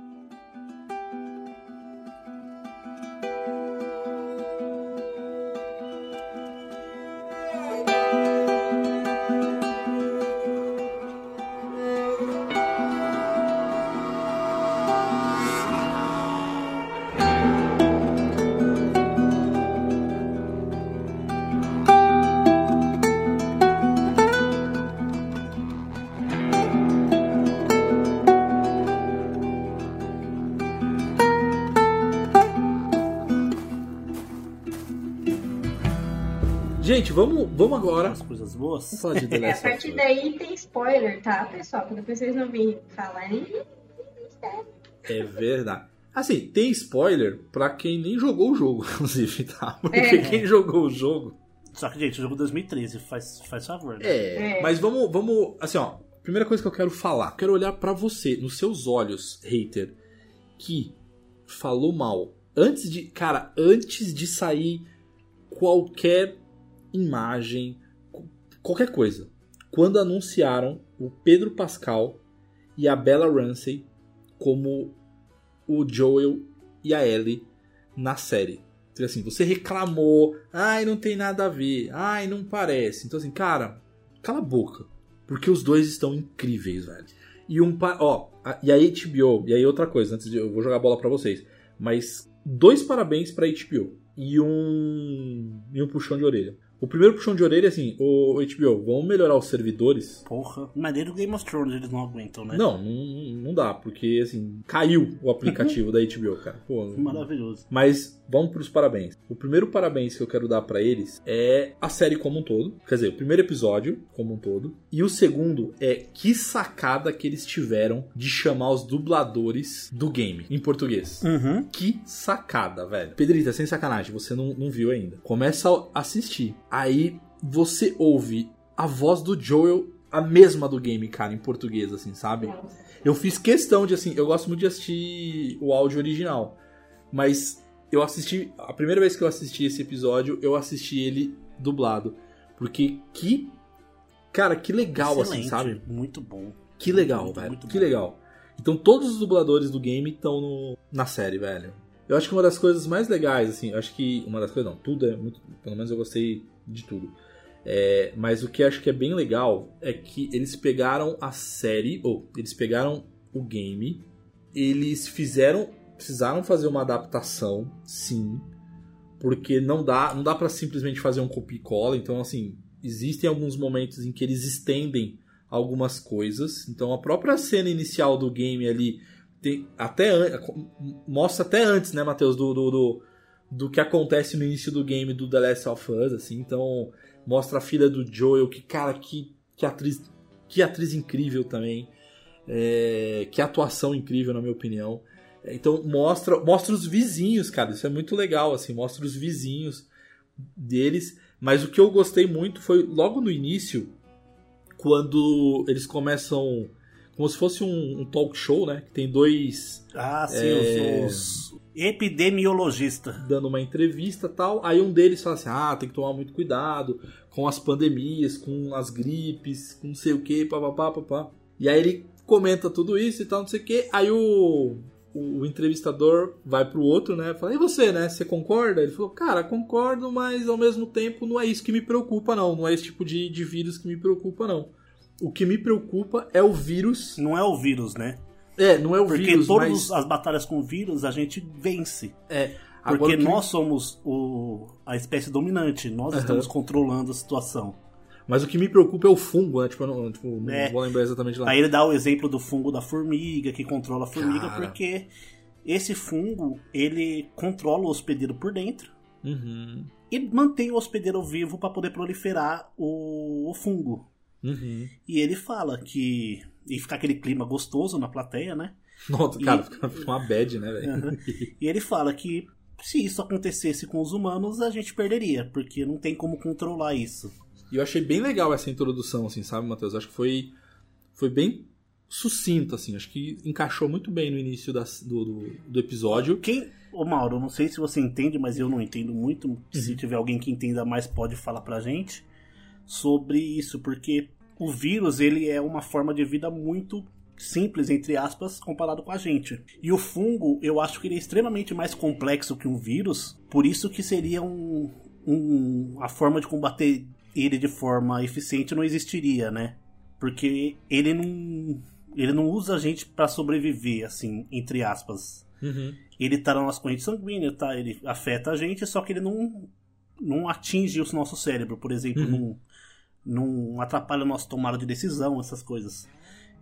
[SPEAKER 3] Gente, vamos, vamos agora.
[SPEAKER 4] As coisas
[SPEAKER 3] Vamos
[SPEAKER 4] boas.
[SPEAKER 3] falar de The
[SPEAKER 5] É, a
[SPEAKER 3] Last of
[SPEAKER 5] partir
[SPEAKER 3] Us.
[SPEAKER 5] daí tem spoiler, tá, pessoal? Pra depois vocês não virem falar. "Ih,
[SPEAKER 3] É verdade. Assim, tem spoiler pra quem nem jogou o jogo, inclusive, tá? Porque
[SPEAKER 5] É.
[SPEAKER 3] quem jogou o jogo.
[SPEAKER 4] Só que, gente, o jogo 2013, faz, faz favor, né?
[SPEAKER 3] É.
[SPEAKER 5] É.
[SPEAKER 3] Mas vamos, vamos. Assim, ó. Primeira coisa que eu quero falar. Quero olhar pra você, nos seus olhos, hater, que falou mal. Antes de. Cara, antes de sair qualquer imagem, qu- qualquer coisa. Quando anunciaram o Pedro Pascal e a Bella Ramsey como o Joel e a Ellie na série. Então, assim, você reclamou, ai, não tem nada a ver, ai, não parece. Então, assim, cara, cala a boca. Porque os dois estão incríveis, velho. E um pa- ó, a- e a HBO, e aí outra coisa, antes de eu vou jogar bola pra vocês, mas dois parabéns pra HBO e um e um puxão de orelha. O primeiro puxão de orelha é assim, o HBO, vamos melhorar os servidores?
[SPEAKER 4] Porra. Mas nem do Game of Thrones eles não aguentam, né?
[SPEAKER 3] É. Não, não, não dá, porque assim, caiu o aplicativo da HBO, cara. Pô,
[SPEAKER 4] Maravilhoso.
[SPEAKER 3] mas vamos pros parabéns. O primeiro parabéns que eu quero dar pra eles é a série como um todo. Quer dizer, o primeiro episódio como um todo. E o segundo é que sacada que eles tiveram de chamar os dubladores do game em português.
[SPEAKER 4] Uhum.
[SPEAKER 3] Que sacada, velho. Pedrita, sem sacanagem, você não, não viu ainda. Começa a assistir. Aí você ouve a voz do Joel, a mesma do game, cara, em português, assim, sabe? Eu fiz questão de assim, eu gosto muito de assistir o áudio original, mas eu assisti a primeira vez que eu assisti esse episódio, eu assisti ele dublado, porque que cara, que legal assim,
[SPEAKER 4] Excelente,
[SPEAKER 3] sabe?
[SPEAKER 4] Muito bom.
[SPEAKER 3] Que legal,
[SPEAKER 4] Muito,
[SPEAKER 3] velho.
[SPEAKER 4] muito
[SPEAKER 3] que
[SPEAKER 4] bom.
[SPEAKER 3] legal. Então todos os dubladores do game estão no- na série, velho. Eu acho que uma das coisas mais legais, assim, eu acho que uma das coisas não, tudo é muito, pelo menos eu gostei de tudo. É, mas o que eu acho que é bem legal é que eles pegaram a série, ou eles pegaram o game, eles fizeram, precisaram fazer uma adaptação, sim, porque não dá, não dá para simplesmente fazer um copia e cola, então assim, existem alguns momentos em que eles estendem algumas coisas. Então a própria cena inicial do game ali tem até an- mostra até antes, né, Matheus, do, do, do, do que acontece no início do game do The Last of Us, assim. Então mostra a filha do Joel, que cara, que, que atriz, que atriz incrível também. É, que atuação incrível, na minha opinião. É, Então mostra, mostra os vizinhos, cara. Isso é muito legal, assim, mostra os vizinhos deles. Mas o que eu gostei muito foi logo no início, quando eles começam como se fosse um, um talk show, né? Que tem dois
[SPEAKER 4] Ah, sim,
[SPEAKER 3] É.
[SPEAKER 4] os, os epidemiologista.
[SPEAKER 3] dando uma entrevista e tal. Aí um deles fala assim: ah, tem que tomar muito cuidado com as pandemias, com as gripes, com não sei o que, papapá, papá. E aí ele comenta tudo isso e tal, não sei o que. Aí o, o, o entrevistador vai pro outro, né? Fala, e você, né? Você concorda? Ele falou, cara, concordo, mas ao mesmo tempo não é isso que me preocupa, não. Não é esse tipo de, de vírus que me preocupa, não. O que me preocupa é o vírus.
[SPEAKER 4] Não é o vírus, né?
[SPEAKER 3] É, não é o
[SPEAKER 4] Porque
[SPEAKER 3] vírus,
[SPEAKER 4] todas
[SPEAKER 3] mas.
[SPEAKER 4] as batalhas com vírus a gente vence.
[SPEAKER 3] É. Agora,
[SPEAKER 4] Porque
[SPEAKER 3] o que-
[SPEAKER 4] nós somos o, a espécie dominante, nós
[SPEAKER 3] Aham.
[SPEAKER 4] estamos controlando a situação.
[SPEAKER 3] Mas o que me preocupa é o fungo, né? Tipo, eu não, tipo, não
[SPEAKER 4] É.
[SPEAKER 3] vou lembrar exatamente lá.
[SPEAKER 4] Aí ele dá o exemplo do fungo da formiga, que controla a formiga,
[SPEAKER 3] Cara.
[SPEAKER 4] porque esse fungo ele controla o hospedeiro por dentro
[SPEAKER 3] Uhum.
[SPEAKER 4] e mantém o hospedeiro vivo para poder proliferar o, o fungo.
[SPEAKER 3] Uhum.
[SPEAKER 4] E ele fala que. E fica aquele clima gostoso na plateia, né?
[SPEAKER 3] Nossa,
[SPEAKER 4] E-
[SPEAKER 3] cara, fica fica uma bad, né, velho?
[SPEAKER 4] Aham. E ele fala que se isso acontecesse com os humanos, a gente perderia, porque não tem como controlar isso.
[SPEAKER 3] E eu achei bem legal essa introdução, assim, sabe, Matheus? Acho que foi, foi bem sucinto, assim. Acho que encaixou muito bem no início da- do, do, do episódio.
[SPEAKER 4] Quem. Ô Mauro, eu não sei se você entende, mas eu não entendo muito. Se tiver alguém que entenda mais, pode falar pra gente sobre isso, porque o vírus ele é uma forma de vida muito simples, entre aspas, comparado com a gente. E o fungo, eu acho que ele é extremamente mais complexo que um vírus, por isso que seria um. um a forma de combater ele de forma eficiente não existiria, né? Porque ele não. Ele não usa a gente pra sobreviver, assim, entre aspas
[SPEAKER 3] Uhum.
[SPEAKER 4] ele tá na nossa corrente sanguínea, tá? Ele afeta a gente, só que ele não, não atinge o nosso cérebro, por exemplo,
[SPEAKER 3] Uhum.
[SPEAKER 4] não, não atrapalha o nosso tomada de decisão, essas coisas.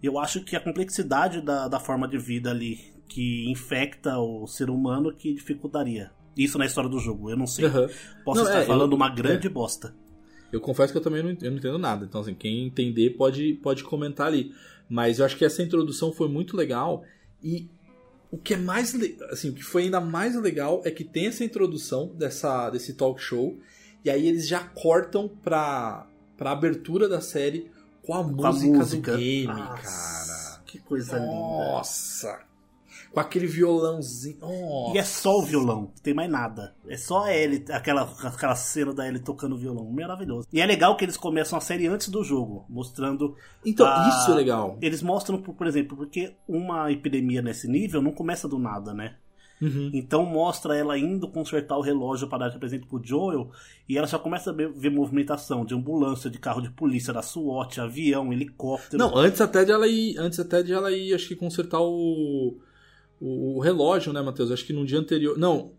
[SPEAKER 4] Eu acho que a complexidade da, da forma de vida ali que infecta o ser humano que dificultaria. Isso na história do jogo, eu não sei.
[SPEAKER 3] Aham.
[SPEAKER 4] Posso
[SPEAKER 3] Não,
[SPEAKER 4] estar
[SPEAKER 3] é,
[SPEAKER 4] falando
[SPEAKER 3] eu-
[SPEAKER 4] uma grande bosta.
[SPEAKER 3] Eu confesso que eu também não, ent- eu não entendo nada. Então, assim, quem entender pode, pode comentar ali. Mas eu acho que essa introdução foi muito legal. E o que é mais. le- Assim, o que foi ainda mais legal é que tem essa introdução dessa, desse talk show. E aí eles já cortam pra, pra abertura da série com a,
[SPEAKER 4] Com a
[SPEAKER 3] música,
[SPEAKER 4] música.
[SPEAKER 3] do game,
[SPEAKER 4] Nossa,
[SPEAKER 3] cara.
[SPEAKER 4] Que coisa linda.
[SPEAKER 3] Nossa! Com aquele violãozinho. Nossa.
[SPEAKER 4] E é só o violão, não tem mais nada. É só a Ellie, aquela, aquela cena da Ellie tocando violão. Maravilhoso. E é legal que eles começam a série antes do jogo, mostrando.
[SPEAKER 3] Então,
[SPEAKER 4] a-
[SPEAKER 3] isso é legal.
[SPEAKER 4] Eles mostram, por por exemplo, porque uma epidemia nesse nível não começa do nada, né?
[SPEAKER 3] Uhum.
[SPEAKER 4] Então mostra ela indo consertar o relógio para dar de presente pro Joel e ela já começa a ver, ver movimentação de ambulância, de carro de polícia, da SWAT, avião, helicóptero.
[SPEAKER 3] Não, antes até de ela ir, antes até de ela ir, acho que consertar o, o, o relógio, né, Matheus? Acho que no dia anterior. Não,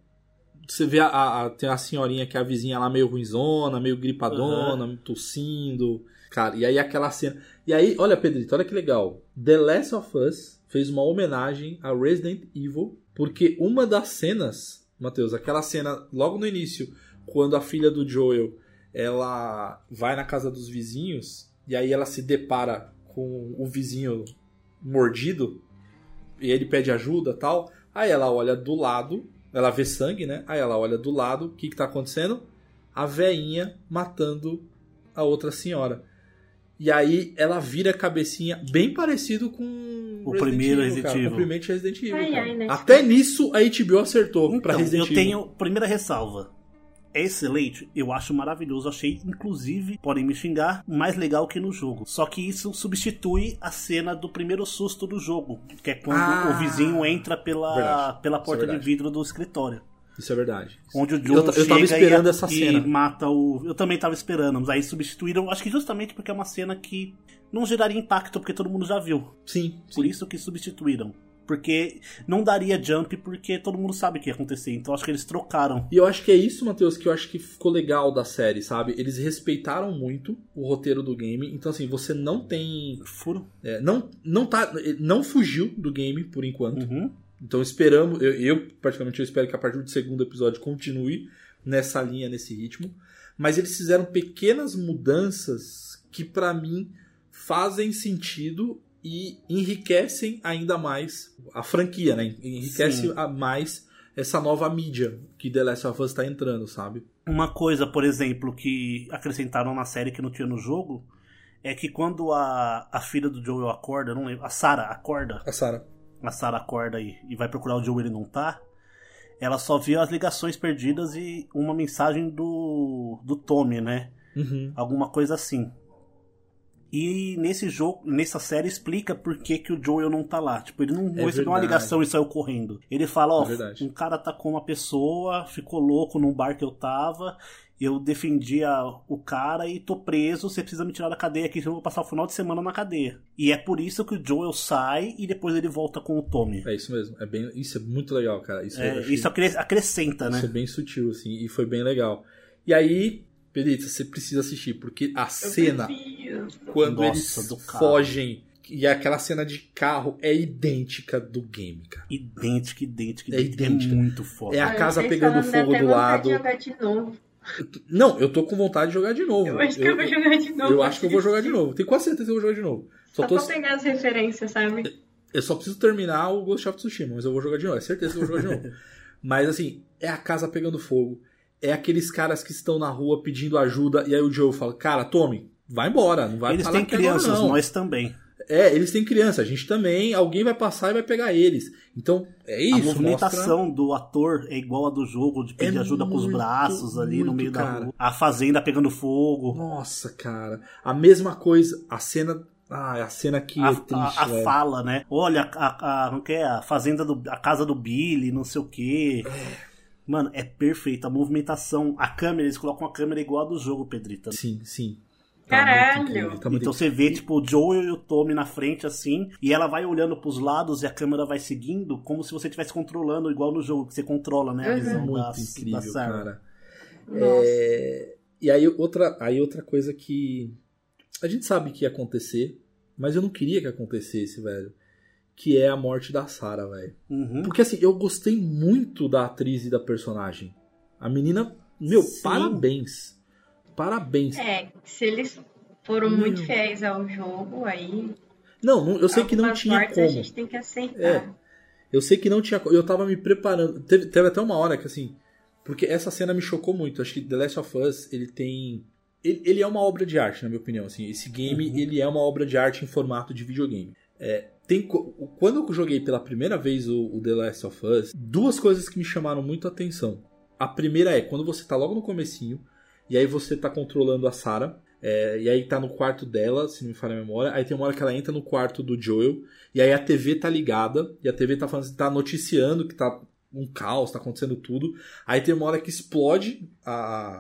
[SPEAKER 3] você vê a, a, a- tem a senhorinha que é a vizinha lá meio ruinzona, meio gripadona, tossindo. Cara, e aí aquela cena. E aí, olha, Pedrito, olha que legal. The Last of Us fez uma homenagem a Resident Evil, porque uma das cenas, Matheus, aquela cena logo no início, quando a filha do Joel ela vai na casa dos vizinhos e aí ela se depara com o vizinho mordido e ele pede ajuda tal. Aí ela olha do lado, ela vê sangue, né? Aí ela olha do lado, o que que tá acontecendo? A veinha matando a outra senhora. E aí ela vira a cabecinha bem parecido com
[SPEAKER 4] O primeiro Resident
[SPEAKER 3] cara, com
[SPEAKER 4] Evil.
[SPEAKER 3] o primeiro Resident Evil.
[SPEAKER 5] Ai,
[SPEAKER 3] cara.
[SPEAKER 5] ai, né?
[SPEAKER 3] Até nisso a HBO acertou pra
[SPEAKER 4] Então, eu
[SPEAKER 3] Resident Evil.
[SPEAKER 4] tenho primeira ressalva. É excelente, eu acho maravilhoso, achei inclusive, podem me xingar, mais legal que no jogo. Só que isso substitui a cena do primeiro susto do jogo, que é quando
[SPEAKER 3] Ah.
[SPEAKER 4] o vizinho entra pela,
[SPEAKER 3] Verdade,
[SPEAKER 4] pela
[SPEAKER 3] isso é
[SPEAKER 4] porta de
[SPEAKER 3] verdade.
[SPEAKER 4] vidro do escritório,
[SPEAKER 3] Isso é verdade.
[SPEAKER 4] onde o
[SPEAKER 3] Eu
[SPEAKER 4] John
[SPEAKER 3] ta- eu
[SPEAKER 4] chega
[SPEAKER 3] tava esperando
[SPEAKER 4] e,
[SPEAKER 3] essa
[SPEAKER 4] e
[SPEAKER 3] cena.
[SPEAKER 4] mata o. Eu também tava esperando, mas aí substituíram, acho que justamente porque é uma cena que não geraria impacto porque todo mundo já viu.
[SPEAKER 3] Sim,
[SPEAKER 4] Por isso que substituíram. Porque não daria jump, porque todo mundo sabe o que ia acontecer. Então acho que eles trocaram.
[SPEAKER 3] E eu acho que é isso, Matheus, que eu acho que ficou legal da série, sabe? Eles respeitaram muito o roteiro do game. Então, assim, você não tem.
[SPEAKER 4] Furo.
[SPEAKER 3] é, não, não, tá, não fugiu do game por enquanto.
[SPEAKER 4] Uhum.
[SPEAKER 3] Então esperamos. Eu, eu, particularmente, eu espero que a partir do segundo episódio continue nessa linha, nesse ritmo. Mas eles fizeram pequenas mudanças que, pra mim, fazem sentido e enriquecem ainda mais a franquia, né? Enriquece
[SPEAKER 4] Sim.
[SPEAKER 3] a mais essa nova mídia que The Last of Us tá entrando, sabe?
[SPEAKER 4] Uma coisa, por exemplo, que acrescentaram na série que não tinha no jogo é que quando a, a filha do Joel acorda, eu não lembro, a Sarah acorda,
[SPEAKER 3] A Sarah.
[SPEAKER 4] a Sarah acorda e, e vai procurar o Joel e não tá, ela só viu as ligações perdidas e uma mensagem do, do Tommy, né?
[SPEAKER 3] Uhum.
[SPEAKER 4] Alguma coisa assim. E nesse jogo, nessa série, explica por que, que o Joel não tá lá. Tipo, ele não recebeu uma
[SPEAKER 3] É verdade.
[SPEAKER 4] ligação e saiu correndo. Ele fala, ó,
[SPEAKER 3] É verdade.
[SPEAKER 4] um cara atacou uma pessoa, ficou louco num bar que eu tava, eu defendi a- o cara e tô preso, você precisa me tirar da cadeia aqui, senão eu vou passar o final de semana na cadeia. E é por isso que o Joel sai e depois ele volta com o Tommy.
[SPEAKER 3] É isso mesmo. É bem, isso é muito legal, cara. Isso,
[SPEAKER 4] É,
[SPEAKER 3] eu achei-
[SPEAKER 4] isso acre- acrescenta, né?
[SPEAKER 3] isso é bem sutil, assim, e foi bem legal. E aí, Perita, você precisa assistir, porque a cena, quando
[SPEAKER 4] Nossa, do
[SPEAKER 3] eles
[SPEAKER 4] carro.
[SPEAKER 3] fogem, e aquela cena de carro é idêntica do game, cara.
[SPEAKER 4] Idêntico, idêntico,
[SPEAKER 3] É
[SPEAKER 4] idêntico. É,
[SPEAKER 3] idêntico.
[SPEAKER 4] muito foda.
[SPEAKER 3] É a
[SPEAKER 5] Olha,
[SPEAKER 3] casa
[SPEAKER 5] vocês
[SPEAKER 3] pegando
[SPEAKER 5] falando, dá
[SPEAKER 3] fogo
[SPEAKER 5] até
[SPEAKER 3] do
[SPEAKER 5] vontade
[SPEAKER 3] lado.
[SPEAKER 5] De jogar de novo.
[SPEAKER 3] Não, eu tô com vontade de jogar de novo.
[SPEAKER 5] Eu acho que eu vou jogar de novo.
[SPEAKER 3] eu acho que eu vou jogar de novo. Tenho quase certeza que eu vou jogar de novo. Só
[SPEAKER 5] Só
[SPEAKER 3] tô,
[SPEAKER 5] pra pegar as referências, sabe?
[SPEAKER 3] eu só preciso terminar o Ghost of Tsushima, mas eu vou jogar de novo. É certeza que eu vou jogar de novo. Mas assim, é a casa pegando fogo. É aqueles caras que estão na rua pedindo ajuda. E aí o Joe fala: Cara, Tommy, vai embora. Não vai
[SPEAKER 4] Eles
[SPEAKER 3] parar
[SPEAKER 4] têm
[SPEAKER 3] aqui agora,
[SPEAKER 4] crianças,
[SPEAKER 3] não.
[SPEAKER 4] nós também.
[SPEAKER 3] É, eles têm criança. A gente também. Alguém vai passar e vai pegar eles. Então, é isso.
[SPEAKER 4] a
[SPEAKER 3] mostra-
[SPEAKER 4] movimentação do ator é igual a do jogo, de pedir
[SPEAKER 3] É
[SPEAKER 4] ajuda com os
[SPEAKER 3] muito,
[SPEAKER 4] braços ali no
[SPEAKER 3] muito,
[SPEAKER 4] meio da
[SPEAKER 3] cara.
[SPEAKER 4] rua. A fazenda pegando fogo.
[SPEAKER 3] Nossa, cara. A mesma coisa. A cena. Ah, é a cena que
[SPEAKER 4] A,
[SPEAKER 3] é triste.
[SPEAKER 4] a- a
[SPEAKER 3] velho.
[SPEAKER 4] fala, né? Olha, a, a, não quer a fazenda do. a casa do Billy, não sei o quê. Mano, é perfeito. A movimentação, a câmera, eles colocam a câmera igual a do jogo, Pedrita.
[SPEAKER 3] Sim, sim. Tá
[SPEAKER 5] Caralho.
[SPEAKER 3] muito incrível, tá muito
[SPEAKER 4] Então você vê, tipo, o Joel e o Tommy na frente, assim, e ela vai olhando pros lados e a câmera vai seguindo, como se você estivesse controlando, igual no jogo, que você controla, né? A
[SPEAKER 5] Uhum.
[SPEAKER 4] visão
[SPEAKER 3] É muito
[SPEAKER 4] da, da
[SPEAKER 3] incrível,
[SPEAKER 4] Sarah.
[SPEAKER 3] cara.
[SPEAKER 5] Nossa.
[SPEAKER 3] É, E aí outra, aí outra coisa que a gente sabe que ia acontecer, mas eu não queria que acontecesse, velho. Que é a morte da Sarah, velho.
[SPEAKER 4] Uhum.
[SPEAKER 3] Porque assim, eu gostei muito da atriz e da personagem. A menina, meu,
[SPEAKER 4] Sim.
[SPEAKER 3] parabéns. Parabéns.
[SPEAKER 5] É, se eles foram muito fiéis ao jogo, aí.
[SPEAKER 3] Não, não, eu sei que não
[SPEAKER 5] algumas
[SPEAKER 3] tinha
[SPEAKER 5] partes
[SPEAKER 3] como.
[SPEAKER 5] A gente tem que aceitar.
[SPEAKER 3] É. Eu sei que não tinha. co- Eu tava me preparando. Teve, teve até uma hora que assim. Porque essa cena me chocou muito. Acho que The Last of Us, ele tem. Ele, ele é uma obra de arte, na minha opinião. Assim, esse game,
[SPEAKER 4] Uhum.
[SPEAKER 3] ele é uma obra de arte em formato de videogame. É, tem, co- quando eu joguei pela primeira vez o, o The Last of Us, duas coisas que me chamaram muito a atenção. A primeira é quando você tá logo no comecinho, e aí você tá controlando a Sarah. É, e aí tá no quarto dela, se não me falha a memória. Aí tem uma hora que ela entra no quarto do Joel. E aí a TV tá ligada. E a TV tá, falando, tá noticiando que tá um caos, tá acontecendo tudo. Aí tem uma hora que explode a,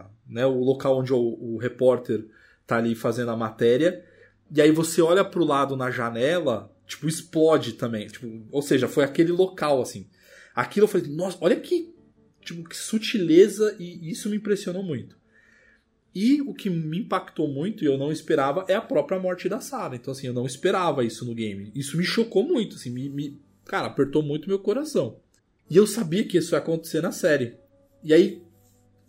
[SPEAKER 3] a- né, o local onde o, o repórter tá ali fazendo a matéria. E aí você olha pro lado na janela, tipo, explode também. Tipo, ou seja, foi aquele local, assim. Aquilo eu falei, nossa, olha que, tipo, que sutileza. E isso me impressionou muito. E o que me impactou muito e eu não esperava é a própria morte da Sarah. Então, assim, eu não esperava isso no game. Isso me chocou muito, assim, me, me- cara, apertou muito meu coração. E eu sabia que isso ia acontecer na série. E aí,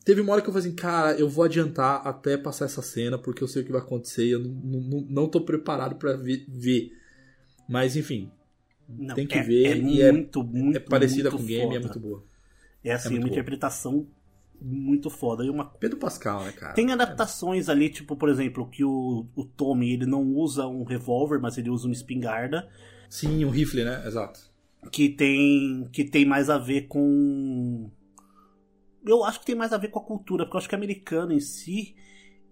[SPEAKER 3] teve uma hora que eu falei assim, cara, eu vou adiantar até passar essa cena, porque eu sei o que vai acontecer e eu não, não, não- não tô preparado pra ver, ver. Mas, enfim, é
[SPEAKER 4] Não,
[SPEAKER 3] Tem que
[SPEAKER 4] é,
[SPEAKER 3] ver
[SPEAKER 4] É
[SPEAKER 3] e é-
[SPEAKER 4] muito, muito.
[SPEAKER 3] é parecida
[SPEAKER 4] muito
[SPEAKER 3] com o game,
[SPEAKER 4] foda.
[SPEAKER 3] é muito boa.
[SPEAKER 4] É assim,
[SPEAKER 3] é muito
[SPEAKER 4] uma
[SPEAKER 3] boa.
[SPEAKER 4] interpretação muito foda. E uma...
[SPEAKER 3] Pedro Pascal, né, cara?
[SPEAKER 4] Tem adaptações ali, tipo, por exemplo, que o, o Tommy ele não usa um revólver, mas ele usa uma espingarda.
[SPEAKER 3] Sim, um rifle, né? Exato.
[SPEAKER 4] que tem que tem mais a ver com eu acho que tem mais a ver com a cultura porque eu acho que o americano em si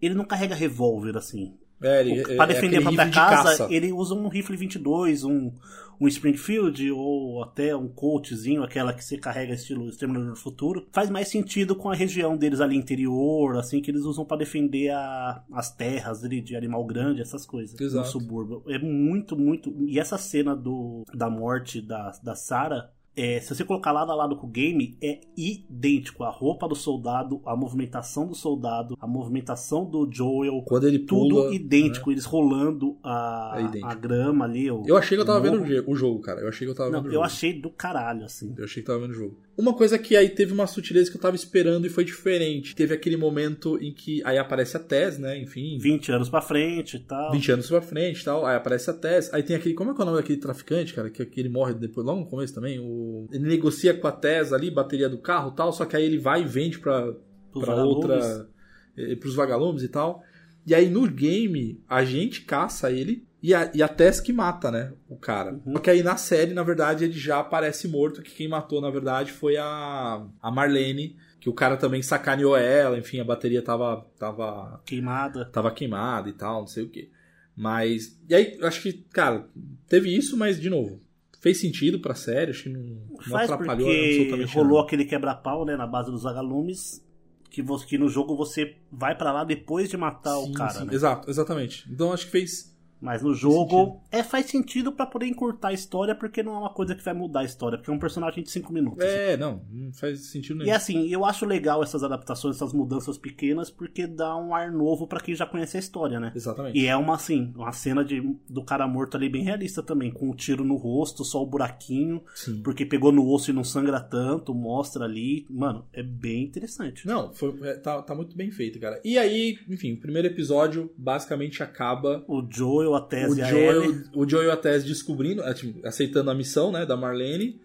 [SPEAKER 4] ele não carrega revólver assim
[SPEAKER 3] É, ele,
[SPEAKER 4] para
[SPEAKER 3] é
[SPEAKER 4] defender a
[SPEAKER 3] aquele
[SPEAKER 4] própria
[SPEAKER 3] rifle de
[SPEAKER 4] casa
[SPEAKER 3] caça.
[SPEAKER 4] ele usa um rifle 22 um um Springfield ou até um Coltzinho, aquela que você carrega estilo Exterminador do Futuro, faz mais sentido com a região deles ali interior, assim, que eles usam para defender a- as terras ali de animal grande, essas coisas, no
[SPEAKER 3] Exato.
[SPEAKER 4] subúrbio. É muito, muito... E essa cena do, da morte da, da Sarah... é, se você colocar lado a lado com o game, é idêntico. A roupa do soldado, a movimentação do soldado, a movimentação do Joel,
[SPEAKER 3] Quando ele
[SPEAKER 4] tudo
[SPEAKER 3] pula, né?
[SPEAKER 4] idêntico. Eles rolando a,
[SPEAKER 3] É idêntico.
[SPEAKER 4] a grama ali. o-
[SPEAKER 3] Eu achei que eu tava
[SPEAKER 4] o
[SPEAKER 3] vendo
[SPEAKER 4] morro.
[SPEAKER 3] o je- o jogo, cara. Eu achei que eu tava
[SPEAKER 4] tipo, um Não,
[SPEAKER 3] vendo
[SPEAKER 4] eu
[SPEAKER 3] o jogo.
[SPEAKER 4] achei do caralho, assim.
[SPEAKER 3] Eu achei que tava vendo o jogo. Uma coisa que aí teve uma sutileza que eu tava esperando e foi diferente. Teve aquele momento em que aí aparece a Tess, né? Enfim,
[SPEAKER 4] 20 anos pra frente e tal.
[SPEAKER 3] 20 anos pra frente e tal. Aí aparece a Tess. Aí tem aquele. Como é que é o nome daquele traficante, cara? Que, que ele morre depois, logo no começo também. O, ele negocia com a Tess ali, bateria do carro e tal. Só que aí ele vai e vende pra,
[SPEAKER 4] pros
[SPEAKER 3] pra
[SPEAKER 4] vagalumes.
[SPEAKER 3] outra. eh, pros vagalumes e tal. E aí no game, a gente caça ele e a, e a Tess que mata, né? O cara.
[SPEAKER 4] Uhum.
[SPEAKER 3] Só que aí na série, na verdade, ele já aparece morto, que quem matou, na verdade, foi a, a Marlene, que o cara também sacaneou ela, enfim, a bateria tava, tava
[SPEAKER 4] Queimada.
[SPEAKER 3] tava queimada e tal, não sei o que. Mas. E aí, eu acho que, cara, teve isso, mas, de novo, fez sentido pra série, acho que não, não
[SPEAKER 4] Faz
[SPEAKER 3] atrapalhou
[SPEAKER 4] porque
[SPEAKER 3] absolutamente
[SPEAKER 4] rolou
[SPEAKER 3] nada.
[SPEAKER 4] aquele quebra-pau, né, na base dos vagalumes, que, você, que no jogo você vai pra lá depois de matar
[SPEAKER 3] Sim,
[SPEAKER 4] o cara,
[SPEAKER 3] sim,
[SPEAKER 4] né?
[SPEAKER 3] Exato, exatamente. Então acho que fez.
[SPEAKER 4] Mas no jogo é faz sentido pra poder encurtar a história, porque não é uma coisa que vai mudar a história, porque é um personagem de 5 minutos.
[SPEAKER 3] É, não, não faz sentido nenhum.
[SPEAKER 4] E assim, eu acho legal essas adaptações, essas mudanças pequenas, porque dá um ar novo pra quem já conhece a história, né?
[SPEAKER 3] Exatamente.
[SPEAKER 4] E é uma assim, uma cena de, do cara morto ali bem realista também, com um tiro no rosto, só o buraquinho,
[SPEAKER 3] Sim.
[SPEAKER 4] porque pegou no osso e não sangra tanto, mostra ali. Mano, é bem interessante.
[SPEAKER 3] Não, foi, é, tá, tá muito bem feito, cara. E aí, enfim, o primeiro episódio basicamente acaba
[SPEAKER 4] O Joel, a
[SPEAKER 3] o
[SPEAKER 4] Tese É, e a Ellie.
[SPEAKER 3] Joel, o Joel e a Tess descobrindo, é, tipo, aceitando a missão, né, da Marlene,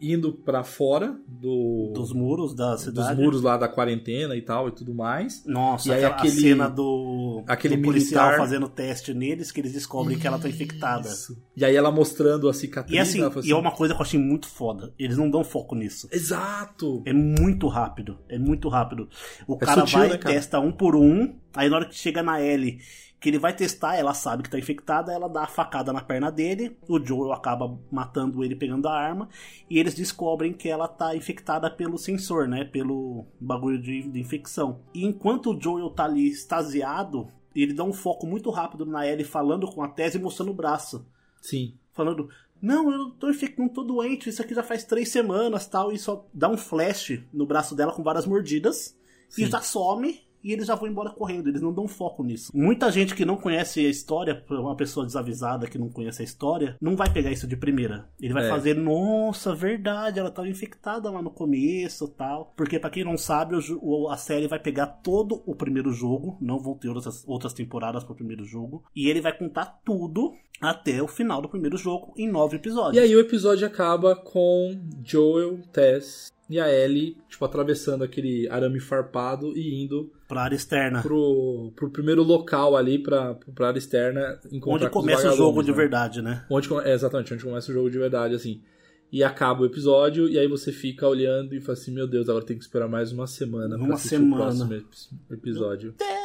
[SPEAKER 3] indo pra fora do,
[SPEAKER 4] Dos muros da
[SPEAKER 3] dos
[SPEAKER 4] cidade.
[SPEAKER 3] muros lá da quarentena e tal e tudo mais.
[SPEAKER 4] Nossa,
[SPEAKER 3] E aí
[SPEAKER 4] aquela a
[SPEAKER 3] aquele-
[SPEAKER 4] cena do,
[SPEAKER 3] aquele
[SPEAKER 4] do policial
[SPEAKER 3] militar-
[SPEAKER 4] fazendo teste neles, que eles descobrem que ela tá infectada.
[SPEAKER 3] Isso. E aí ela mostrando a cicatriz.
[SPEAKER 4] E assim,
[SPEAKER 3] ela fala
[SPEAKER 4] e é uma coisa que eu achei muito foda. Eles não dão foco nisso.
[SPEAKER 3] Exato!
[SPEAKER 4] É muito rápido, é muito rápido. O
[SPEAKER 3] É
[SPEAKER 4] cara
[SPEAKER 3] sutil,
[SPEAKER 4] vai,
[SPEAKER 3] né, cara?
[SPEAKER 4] testa um por um, aí na hora que chega na L, que ele vai testar, ela sabe que tá infectada, ela dá a facada na perna dele, o Joel acaba matando ele pegando a arma, e eles descobrem que ela tá infectada pelo sensor, né, pelo bagulho de, de infecção. E enquanto o Joel tá ali extasiado, ele dá um foco muito rápido na L falando com a tese e mostrando o braço
[SPEAKER 3] Sim.
[SPEAKER 4] falando: Não, eu não tô, infec- não tô doente, isso aqui já faz três semanas tal, e só dá um flash no braço dela com várias mordidas,
[SPEAKER 3] Sim.
[SPEAKER 4] e já some. E eles já vão embora correndo, eles não dão foco nisso. Muita gente que não conhece a história, uma pessoa desavisada que não conhece a história, não vai pegar isso de primeira. Ele vai
[SPEAKER 3] É.
[SPEAKER 4] fazer, nossa, verdade, ela tava infectada lá no começo tal. Porque pra quem não sabe, o jo- o- a série vai pegar todo o primeiro jogo, não vão ter outras, outras temporadas pro primeiro jogo. E ele vai contar tudo até o final do primeiro jogo em nove episódios.
[SPEAKER 3] E aí o episódio acaba com Joel, Tess e a Ellie, tipo, atravessando aquele arame farpado e indo
[SPEAKER 4] pra área externa.
[SPEAKER 3] pro, pro primeiro local ali, pra, pra área externa, encontrar
[SPEAKER 4] Onde
[SPEAKER 3] com os
[SPEAKER 4] começa o jogo
[SPEAKER 3] vagalumes,
[SPEAKER 4] de
[SPEAKER 3] né?
[SPEAKER 4] verdade, né?
[SPEAKER 3] Onde, come- é, exatamente, onde começa o jogo de verdade, assim. E acaba o episódio, e aí você fica olhando e fala assim, meu Deus, agora tem que esperar mais uma semana pra
[SPEAKER 4] Uma
[SPEAKER 3] assistir
[SPEAKER 4] semana.
[SPEAKER 3] o próximo ep- episódio. Meu Deus!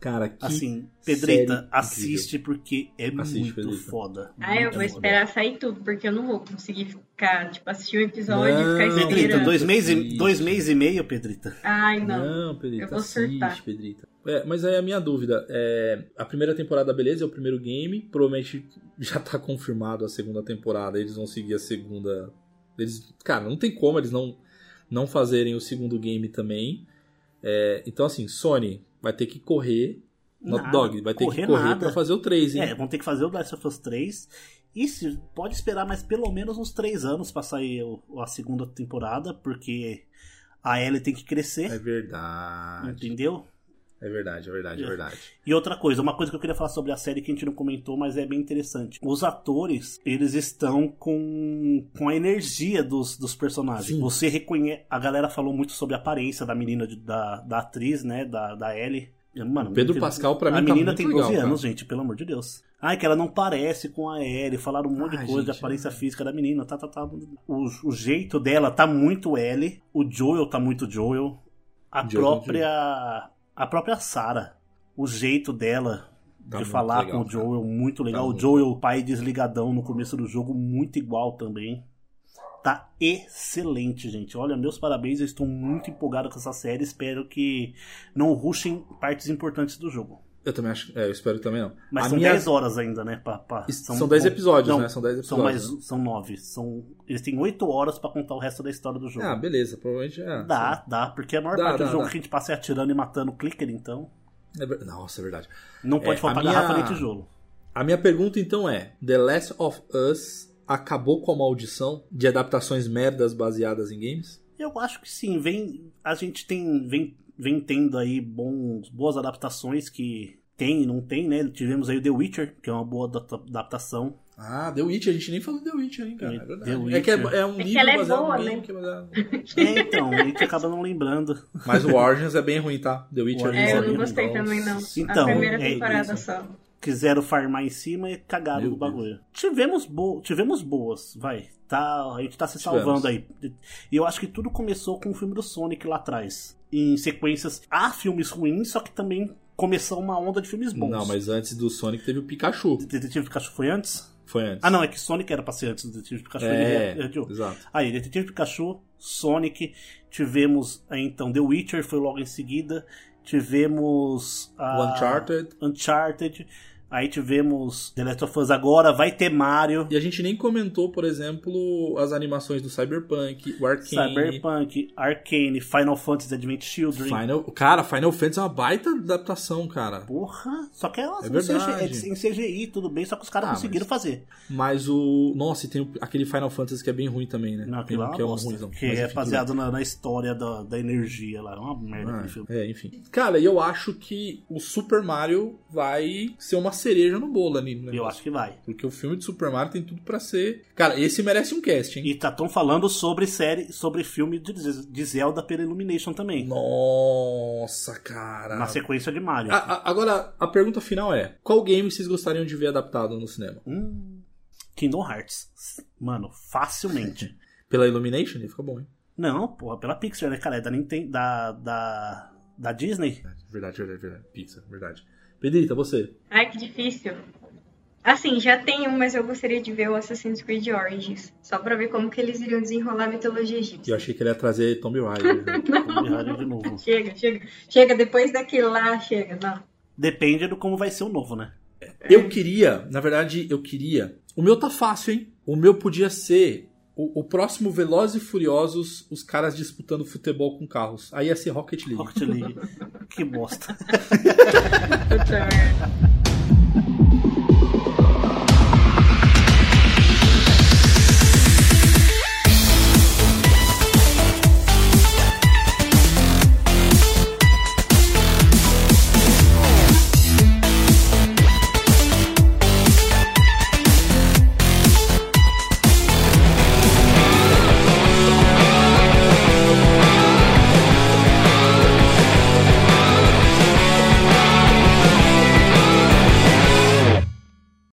[SPEAKER 3] Cara, que...
[SPEAKER 4] Assim, Pedrita,
[SPEAKER 3] série
[SPEAKER 4] assiste porque é
[SPEAKER 3] Assiste,
[SPEAKER 4] muito
[SPEAKER 3] Pedrita.
[SPEAKER 4] foda.
[SPEAKER 5] Ah, eu
[SPEAKER 4] Muito
[SPEAKER 5] vou
[SPEAKER 4] foda.
[SPEAKER 5] esperar sair tudo, porque eu não vou conseguir ficar, tipo, assistir um episódio
[SPEAKER 3] Não,
[SPEAKER 5] e ficar
[SPEAKER 4] Pedrita,
[SPEAKER 5] esperando.
[SPEAKER 4] dois meses, e-
[SPEAKER 3] Isso.
[SPEAKER 4] dois meses e meio, Pedrita.
[SPEAKER 5] Ai, não.
[SPEAKER 3] Não, Pedrita,
[SPEAKER 5] eu vou
[SPEAKER 3] assiste,
[SPEAKER 5] surtar.
[SPEAKER 3] Pedrita. É, mas aí a minha dúvida é. A primeira temporada, beleza, é o primeiro game. Provavelmente já tá confirmado a segunda temporada. Eles vão seguir a segunda. Eles, cara, não tem como eles não, não fazerem o segundo game também. É, então, assim, Sony vai ter que correr. Not
[SPEAKER 4] Nada,
[SPEAKER 3] Dog vai ter
[SPEAKER 4] correr
[SPEAKER 3] que correr
[SPEAKER 4] nada.
[SPEAKER 3] pra fazer o 3, hein?
[SPEAKER 4] É, vão ter que fazer o Last of Us 3. E se, pode esperar mais pelo menos uns três anos pra sair o- a segunda temporada, porque a Ellie tem que
[SPEAKER 3] É
[SPEAKER 4] crescer,
[SPEAKER 3] verdade.
[SPEAKER 4] entendeu?
[SPEAKER 3] É verdade, é verdade, é
[SPEAKER 4] É.
[SPEAKER 3] verdade.
[SPEAKER 4] E outra coisa, uma coisa que eu queria falar sobre a série que a gente não comentou, mas é bem interessante. Os atores, eles estão com, com a energia dos, dos personagens.
[SPEAKER 3] Sim.
[SPEAKER 4] Você reconhece. A galera falou muito sobre a aparência da menina, de- da, da atriz, né? Da, da Ellie. Mano,
[SPEAKER 3] Pedro
[SPEAKER 4] muito-
[SPEAKER 3] Pascal, pra mim,
[SPEAKER 4] a
[SPEAKER 3] tá
[SPEAKER 4] menina
[SPEAKER 3] muito
[SPEAKER 4] tem
[SPEAKER 3] legal,
[SPEAKER 4] 12
[SPEAKER 3] cara.
[SPEAKER 4] anos, gente, pelo amor de Deus. Ai, que ela não parece com a Ellie. Falaram um monte de
[SPEAKER 3] Ai,
[SPEAKER 4] coisa de
[SPEAKER 3] gente, é.
[SPEAKER 4] aparência física da menina. Tá, tá, tá. O, o jeito dela tá muito Ellie. O Joel tá muito Joel. A
[SPEAKER 3] Joel tá muito
[SPEAKER 4] própria. A própria Sarah. O jeito dela
[SPEAKER 3] Tá
[SPEAKER 4] de
[SPEAKER 3] muito
[SPEAKER 4] falar
[SPEAKER 3] legal, Tá
[SPEAKER 4] com o Joel, muito legal. o
[SPEAKER 3] muito
[SPEAKER 4] Joel, pai desligadão no começo do jogo, muito igual também. Tá excelente, gente. Olha, meus parabéns, eu estou muito empolgado com essa série. Espero que não rushem partes importantes do jogo.
[SPEAKER 3] Eu também acho. É, eu espero que também não.
[SPEAKER 4] Mas
[SPEAKER 3] A
[SPEAKER 4] são
[SPEAKER 3] minha-
[SPEAKER 4] 10 horas ainda, né? Pra, pra-
[SPEAKER 3] São 10 episódios,
[SPEAKER 4] não,
[SPEAKER 3] né? São 10
[SPEAKER 4] São mais.
[SPEAKER 3] episódios. né?
[SPEAKER 4] São 9. São, eles têm 8 horas pra contar o resto da história do jogo.
[SPEAKER 3] Ah, beleza, provavelmente é.
[SPEAKER 4] dá, dá, porque a maior
[SPEAKER 3] Dá,
[SPEAKER 4] parte do
[SPEAKER 3] dá,
[SPEAKER 4] jogo
[SPEAKER 3] dá.
[SPEAKER 4] que a gente passa é atirando e matando o clicker, então.
[SPEAKER 3] É ver- Nossa, é verdade.
[SPEAKER 4] Não
[SPEAKER 3] É,
[SPEAKER 4] pode
[SPEAKER 3] a
[SPEAKER 4] faltar
[SPEAKER 3] minha-
[SPEAKER 4] garrafa nem tijolo.
[SPEAKER 3] A minha pergunta então é: The Last of Us acabou com a maldição de adaptações merdas baseadas em games?
[SPEAKER 4] Eu acho que sim, vem a gente tem vem, vem tendo aí bons boas adaptações que tem e não tem, né? Tivemos aí o The Witcher, que é uma boa adapta- adaptação.
[SPEAKER 3] Ah, The Witch, a gente nem falou The Witch aí, cara. É,
[SPEAKER 4] The
[SPEAKER 3] verdade.
[SPEAKER 4] Witcher.
[SPEAKER 3] é que é, é um
[SPEAKER 5] que
[SPEAKER 3] livro
[SPEAKER 5] ela é
[SPEAKER 3] baseado
[SPEAKER 5] boa,
[SPEAKER 3] em game
[SPEAKER 5] né?
[SPEAKER 3] que é baseado.
[SPEAKER 4] É, então, a gente acaba não lembrando.
[SPEAKER 3] Mas o Origins é bem ruim, tá? The Witch
[SPEAKER 4] Origins
[SPEAKER 5] É, eu não
[SPEAKER 4] Olha,
[SPEAKER 5] gostei
[SPEAKER 3] então,
[SPEAKER 5] também, não.
[SPEAKER 4] então,
[SPEAKER 5] a primeira
[SPEAKER 4] é
[SPEAKER 5] temporada
[SPEAKER 4] isso.
[SPEAKER 5] só.
[SPEAKER 4] Quiseram farmar em cima e cagaram
[SPEAKER 3] Meu
[SPEAKER 4] o bagulho. Tivemos, bo tivemos boas, vai. Tá, a gente tá se
[SPEAKER 3] Tivemos.
[SPEAKER 4] salvando aí. E eu acho que tudo começou com o filme do Sonic lá atrás. Em sequências, há filmes ruins, só que também começou uma onda de filmes bons.
[SPEAKER 3] Não, mas antes do Sonic teve o Pikachu.
[SPEAKER 4] Detetive Pikachu foi antes?
[SPEAKER 3] Foi antes.
[SPEAKER 4] Ah, não, é que Sonic era pra ser antes do Detetive Pikachu.
[SPEAKER 3] É,
[SPEAKER 4] ele adiou.
[SPEAKER 3] exato.
[SPEAKER 4] Aí, Detetive Pikachu, Sonic, tivemos aí, então The Witcher, foi logo em seguida, tivemos
[SPEAKER 3] O
[SPEAKER 4] a
[SPEAKER 3] Uncharted.
[SPEAKER 4] Uncharted, aí tivemos The Last of Us agora, vai ter Mario,
[SPEAKER 3] E a gente nem comentou, por exemplo, as animações do Cyberpunk, o Arkane.
[SPEAKER 4] Cyberpunk, Arcane, Final Fantasy Advent Children.
[SPEAKER 3] Final, cara, Final Fantasy é uma baita adaptação, cara.
[SPEAKER 4] Porra, Ah, só que elas
[SPEAKER 3] É
[SPEAKER 4] em CG
[SPEAKER 3] verdade.
[SPEAKER 4] é de- em CGI, tudo bem, só que os caras
[SPEAKER 3] Ah,
[SPEAKER 4] conseguiram fazer.
[SPEAKER 3] Mas o. Nossa, e tem o- aquele Final Fantasy que é bem ruim também, né?
[SPEAKER 4] Não,
[SPEAKER 3] tem
[SPEAKER 4] aquilo
[SPEAKER 3] um
[SPEAKER 4] lá
[SPEAKER 3] que é um
[SPEAKER 4] bosta,
[SPEAKER 3] ruimzão.
[SPEAKER 4] que
[SPEAKER 3] mas
[SPEAKER 4] é
[SPEAKER 3] enfim,
[SPEAKER 4] baseado na, na história da, da energia lá, é uma merda aquele filme.
[SPEAKER 3] tudo bem. É, enfim. Cara, e eu acho que o Super Mario vai ser uma cereja no bolo ali. no
[SPEAKER 4] Eu
[SPEAKER 3] negócio.
[SPEAKER 4] acho que vai.
[SPEAKER 3] Porque o filme de Super Mario tem tudo pra ser. Cara, esse merece um cast, hein?
[SPEAKER 4] E tá tão falando sobre série, sobre filme de, de Zelda pela Illumination também.
[SPEAKER 3] Nossa, cara.
[SPEAKER 4] Na sequência de Mario.
[SPEAKER 3] A- a- agora, a pergunta final é: qual game vocês gostariam de ver adaptado no cinema?
[SPEAKER 4] Hum, Kingdom Hearts. Mano, facilmente.
[SPEAKER 3] Pela Illumination? Ele fica bom, hein?
[SPEAKER 4] Não, porra, pela Pixar, né, cara? É da Nintendo. Da, da, da Disney.
[SPEAKER 3] Verdade, verdade, verdade. Pizza, verdade. Pedrita, você.
[SPEAKER 5] Ai, que difícil. Assim, já tem um, mas eu gostaria de ver o Assassin's Creed Origins. Só pra ver como que eles iriam desenrolar a mitologia
[SPEAKER 3] Eu
[SPEAKER 5] egípcia.
[SPEAKER 3] achei que ele ia trazer Tomb Raider. né?
[SPEAKER 4] Erraram de novo.
[SPEAKER 5] Chega, chega. Chega, depois daquele lá, chega. Não.
[SPEAKER 4] Depende do como vai ser o novo, né?
[SPEAKER 3] Eu queria, na verdade, eu queria. O meu tá fácil, hein? O meu podia ser o, o próximo Velozes e Furiosos, os caras disputando futebol com carros. Aí ia ser Rocket League.
[SPEAKER 4] Rocket League. que bosta.
[SPEAKER 5] Puta merda.